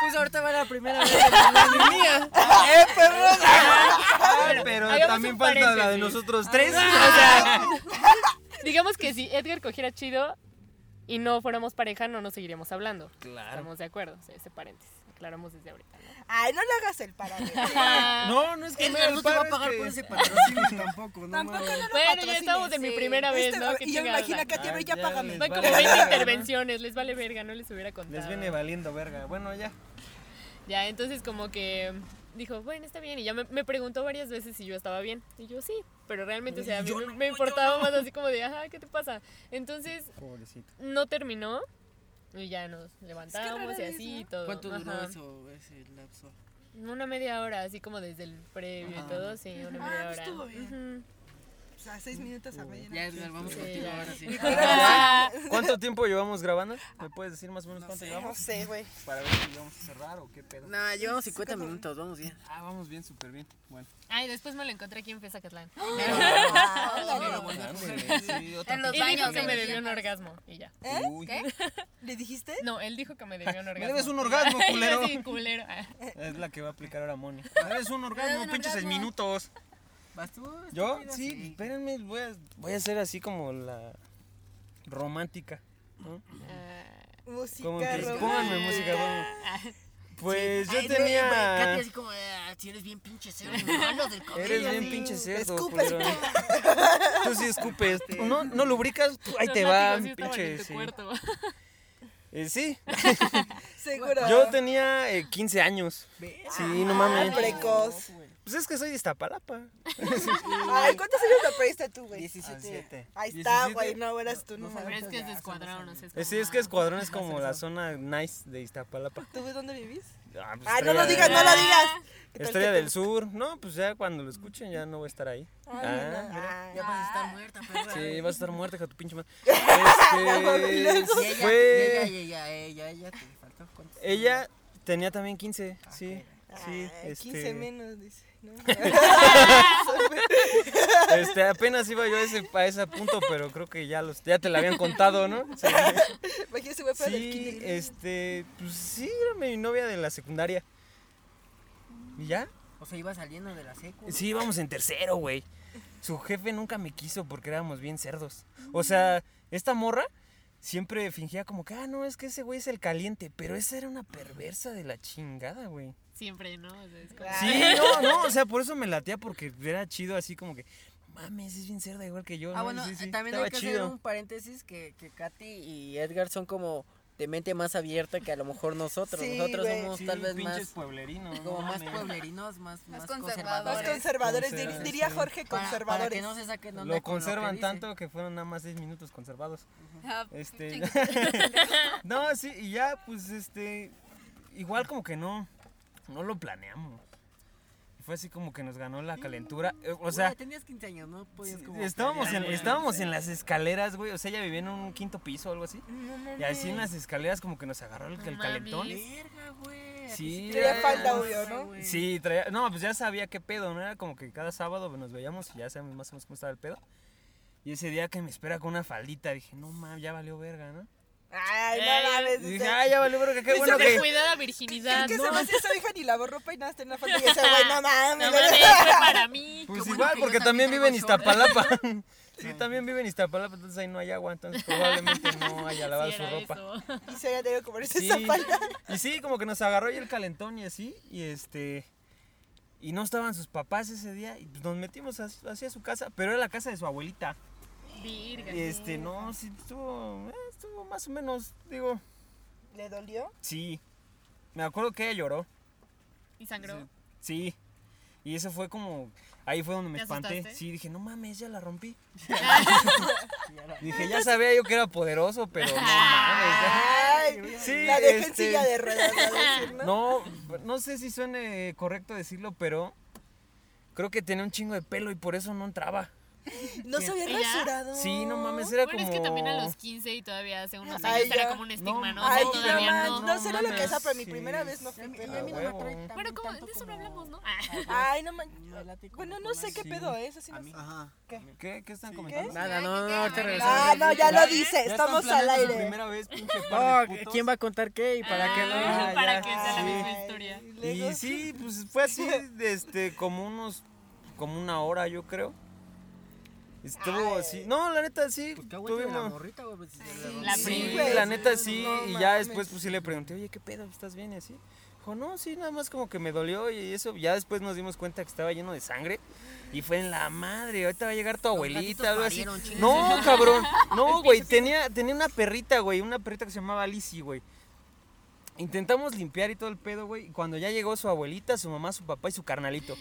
Pues ahorita va la primera vez. Ah, pero Hagamos también un falta la de paréntesis. nosotros tres. Ah. digamos que si Edgar cogiera chido y no fuéramos pareja no nos seguiríamos hablando. Claro. Estamos de acuerdo, ese paréntesis. aclaramos desde ahorita. <laughs> ¿no? Ah, Ay, no le hagas el parado. No, no es que El me haga el no te va a paro, pagar es por que- <laughs> ese patrocinio tampoco, no Tampoco mames. no lo Bueno, <laughs> ya estamos patrocines. en mi sí. primera vez, Este- ¿no? Qué y yo me chingados, imagino ¿no? que a ti, Ah, ya ya págame. les Van como vale <laughs> 20 verga, ¿no? intervenciones, les vale verga, no les hubiera contado. Les viene valiendo verga. Bueno, ya. Ya, entonces como que dijo, bueno, está bien. Y ya me, me preguntó varias veces si yo estaba bien. Y yo sí, pero realmente, o sea, a mí me, importaba más así como de, ajá, ¿qué te pasa? Entonces Pobrecito. no terminó y ya nos levantamos raro y así es, y todo. ¿Cuánto duró Ajá. eso, ese lapso? Una media hora, así como desde el previo y todo, sí, una Ah, media pues hora. estuvo bien. Ujú. O sea, seis minutos a mañana. Ya, Edgar, vamos Sí, contigo ya. ahora sí. ¿Cuánto tiempo llevamos grabando? ¿Me puedes decir más o menos cuánto No llevamos? sé, güey. Para ver si vamos a cerrar o qué pedo. No, llevamos 50 minutos, vamos bien. Ah, vamos bien, súper bien. Bueno. Ay, después me lo encontré aquí <gasps> en Fezacatlán. Ah, En los Y dijo baños. que en me el debió un tiempo. orgasmo y ya. ¿Eh? Uy. ¿Le dijiste? No, él dijo que me <laughs> debió un orgasmo. debes un <laughs> orgasmo, Y yo culero. así, culero. Ah. Es la que va a aplicar ahora <laughs> Moni. Eres Ah, un orgasmo, pinches seis minutos. ¿Vas tú? ¿Yo? estúpida? Sí, espérenme, voy a, voy a ser así como la romántica. ¿no? Música Como que romántica. pónganme música, vamos. Pues yo Ay, no, güey, Katy tenía. así como, ah, si eres bien pinche cerdo, hermano del coche. Eres bien pinche cerdo, culero. ¿eh? Tú sí escupes. No, no lubricas, tú, ahí Los te va, látigos sí estaban en pinche. tu sí. cuarto. Eh, sí, Seguro. yo tenía eh, 15 años. Sí, no Ah, mames. precoz. Pues es que soy de Iztapalapa. Ay, ¿cuántos años te pediste tú, güey? 17. Ahí está, güey. No eras tú, no Pero es mames. que es de escuadrón, o sea, Eh, como Sí, es que más- Escuadrón es como la zona nice de Iztapalapa. ¿Tú ves dónde vivís? Ah, pues, Ay, no lo estrella- digas, no lo digas. ¿Qué tal Estrella que del tú- Sur. No, pues ya cuando lo escuchen ya no voy a estar ahí. Ah, mira. Ay, Ya vas a <laughs> estar muerta, perra. Sí, vas a estar muerta con tu pinche <laughs> madre. y luego- Y Este, ella, fue- y ella, y ella, y ella, te faltó cuánto. Eh. Ella tenía también 15, sí. Sí, Ah, Ay, 15 este, menos, dice. ¿no? este, apenas iba yo a ese, a ese punto, pero creo que ya los, ya te la habían contado, <laughs> ¿no? Sí, Imagínese, güey, fuera del sí, kinder. este, pues sí, era mi novia de la secundaria. ¿Y ya? O sea, iba saliendo de la secu. Sí, íbamos en tercero, güey. Su jefe nunca me quiso porque éramos bien cerdos. O sea, esta morra siempre fingía como que, ah, no, es que ese güey es el caliente. Pero esa era una perversa de la chingada, güey. Siempre, ¿no? O sea, es como- Sí, Ah. no, no, o sea, por eso me latía porque era chido así como que, "No mames, es bien cerda igual que yo. Ah, ¿no? bueno, Sí, sí, también estaba hay que hacer chido. un paréntesis que, que Katy y Edgar son como de mente más abierta que a lo mejor nosotros. Sí, nosotros güey. somos Sí, tal vez pinches más pueblerinos. Como no más mames. pueblerinos, más, Más más conservadores. Los conservadores. conservadores, dir- Conservadores, diría sí. Jorge, Para- Para que conservadores. no se saquen onda Lo con que conservan dice. tanto que fueron nada más 10 minutos conservados. Ah, Este, chinga. no, sí, y ya, pues, este, igual como que no, no lo planeamos. Y Fue así como que nos ganó la calentura. eh, O sea, Güey, tenías 15 años, no Pues, podías como... estábamos en, planear, güey. estábamos en las escaleras, güey. O sea, ella vivía en un quinto pipiso o algo así. Y así en las escaleras como que nos agarró el, el No calentón. mames. Verga, güey. Sí, Traía era- falda, obvio, ¿no? güey. Sí, traía, no, pues ya sabía qué pedo, ¿no? Era como que cada sábado nos veíamos y ya sabemos más o menos cómo estaba el pedo. Y ese día que me espera con una faldita, dije, no mames, ya valió verga, ¿no? Ay, no mames. Y o dije, sea, ah, ya valió <laughs> verga, qué bueno Siempre que... cuidada la Creo virginidad, que ¿no? se me hacía esa hija ni lavó ropa y nada, tenía una falda. Y ese güey, no mames. <laughs> No güey. mames, fue para mí. Pues Qué bueno igual, que yo porque también también vive en traigo Iztapalapa. sí, también vive en Iztapalapa, entonces ahí no hay agua, entonces probablemente no haya lavado Sí, su era ropa. eso. Y se había tenido que ponerse Sí, esa falda. y sí, como que nos agarró ahí el calentón y así, y este... Y no estaban sus papás ese día, y pues nos metimos así- hacia su casa, pero era la casa de su abuelita. Virga. Y este, no, sí, estuvo, eh, estuvo más o menos, digo, ¿Le dolió? sí. Me acuerdo que ella lloró, Y sangró. sí. Y eso fue como, ahí fue donde me ¿Te espanté. asustaste? Sí, dije, no mames, ya la <laughs> rompí. <laughs> dije, ya sabía yo que era poderoso, pero no <laughs> mames. Ay, Sí, la dejé en este- silla de ruedas, a decir, ¿no? No, no sé si suene correcto decirlo, pero creo que tenía un chingo de pelo y por eso no entraba. No se había ¿Ella? rasurado. Sí, no mames, era bueno, como... es que también a los 15 y todavía hace unos años Ay, ya. era como un estigma, ¿no? Ay, no O sea, todavía mames, no. no sé lo que mames, sea, pero mi sí. primera vez no fue Y a mí pelo. no A me huevo. atrae tanto, Bueno, como tanto de eso no como- hablamos, ¿no? Ah. Ay, no Me manches. late como Bueno, no comer sé qué Sí. pedo es, así no A mí. sé. Ajá. ¿Qué? ¿Qué están comentando? Nada, no, no, ahorita regresamos. Ah, no, ya lo dice, Ya están estamos al planeando su aire. primera vez, pinche No, par de putos. ¿quién va a contar qué y para qué no? Ah, Ah, ya, <laughs> Para que sea la sí. misma historia. Y luego- Y sí, pues fue <laughs> así, este, como unos, como una hora, yo creo. Estuvo así. No, la neta, sí. Pues qué agüite de la tuvimos- morrita, güey. pues, si se La sí, prima. güey, la sí, neta, sí. no y ya mames. después, pues sí le pregunté, oye, ¿qué pedo? ¿Estás bien? Y así. Dijo, no, sí, nada más como que me dolió y eso. Ya después nos dimos cuenta que estaba lleno de sangre. Y fue en la madre, ahorita va a llegar tu abuelita, gatitos algo así. parieron, chinga. No, cabrón. No, güey, tenía, tenía una perrita, güey, una perrita que se llamaba Lizzie, güey. Intentamos limpiar y todo el pedo, güey. y Cuando ya llegó su abuelita, su mamá, su papá y su carnalito.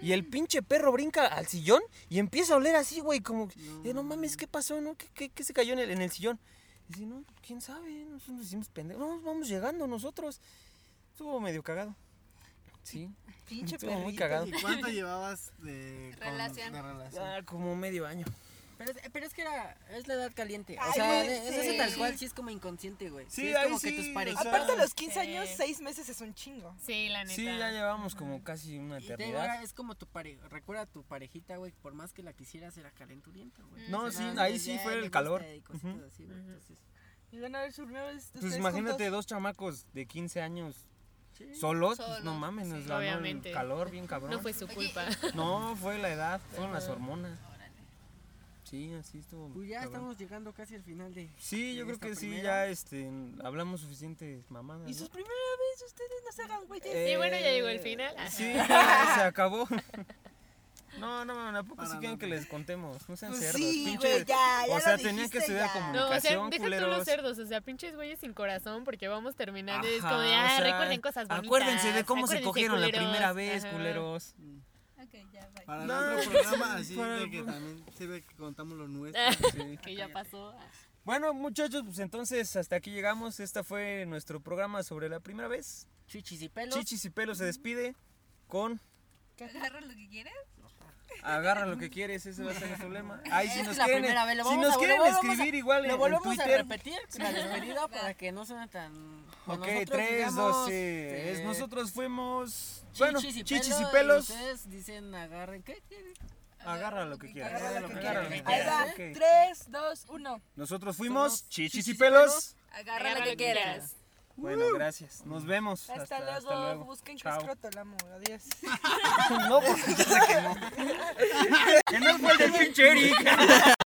Y el pinche perro brinca al sillón y empieza a oler así, güey, como, eh, no mames, ¿qué pasó, no? ¿Qué, qué- qué se cayó en el, en el sillón? Y dice, no, quién sabe, nosotros nos hicimos pendejos. No, vamos llegando nosotros. Estuvo medio cagado. Sí, Pinche estuvo muy perrito. cagado. ¿Y <laughs> cuánto llevabas de con- Relación. de relación? Ya como medio año. Pero es, pero es que era, es la edad caliente. Ay, o sea, güey, es es sí. ese tal cual sí es como inconsciente, güey. Sí, es ahí como sí, que tus o parejas. sea, Aparte, a los 15 Sí. años, 6 meses es un chingo. Sí, la neta. Sí, ya llevamos como casi una Y te digo, ahora eternidad. es como tu pareja, recuerda a tu parejita, güey, por más que la quisieras era calenturienta, güey. No, O sea, sí, nada más ahí pues sí ya fue le el gusta calor. y cositas Ujú. así, güey, entonces, Y van a ver sus nuevos. Pues imagínate dos chamacos de 15 años solos, pues, no Solos, mames, nos sí. ganó Obviamente. el calor bien cabrón. No fue su culpa. No, fue la edad, fueron las hormonas. Sí, así estuvo. Pues ya cabrón. estamos llegando casi al final de... Sí, yo en creo esta que sí, primera. ya este, hablamos suficientes mamadas. Y ¿no? sus primeras veces, ustedes no se hagan, güey. Sí, bueno, ya llegó Eh, el final. Sí, ya se <laughs> acabó. No, no, mames, ¿a poco sí quieren que les contemos? No sean Pues cerdos, sí, pinche- güey, ya, ya O sea, lo tenían que dijiste, estudiar ya. No, o sea, comunicación, deja tú culeros. los cerdos, o sea, pinches güeyes sin corazón, porque vamos terminando y es Ajá, como, de, o ah, sea, recuerden cosas bonitas. Acuérdense de cómo se acuérdense, cogieron la culeros". primera vez, Ajá. <laughs> culeros. Ok, ya, bye. Para No, el <laughs> otro programa, así para- de que también sirve que contamos lo nuestro. Sí. Que ya pasó. Bueno, muchachos, pues entonces hasta aquí llegamos. Este fue nuestro programa sobre la primera vez. Chichis y pelos. Chichis y Pelo se despide con Agarra lo que quieras. agarra lo que quieres, ese va a ser el problema. Ahí si Es nos la quieren, primera vez, lo si vamos nos a- lo quieren volvemos a- escribir igual en, Lo en volvemos a Twitter. repetir, <laughs> la despedida para que no suene tan... con Ok, nosotros, 3, digamos, 2, eh, Nosotros fuimos. Chichis bueno, y chichis y pelos. pelos. ustedes dicen agarren, ¿qué? ¿Qué? Agarra lo que quieras. Agarra lo que Agarra quieras. quieras, Ahí va, ok. 3, 2, 1. Nosotros fuimos Somos chichis y Chichis y pelos. Agarra, lo que quieras. Bueno, gracias. Nos vemos. Hasta, luego. Busquen que Chao. <laughs> pues, escroto el amor. Adiós. <laughs> No, porque ya se quemó. que no fue el de pinche Eric.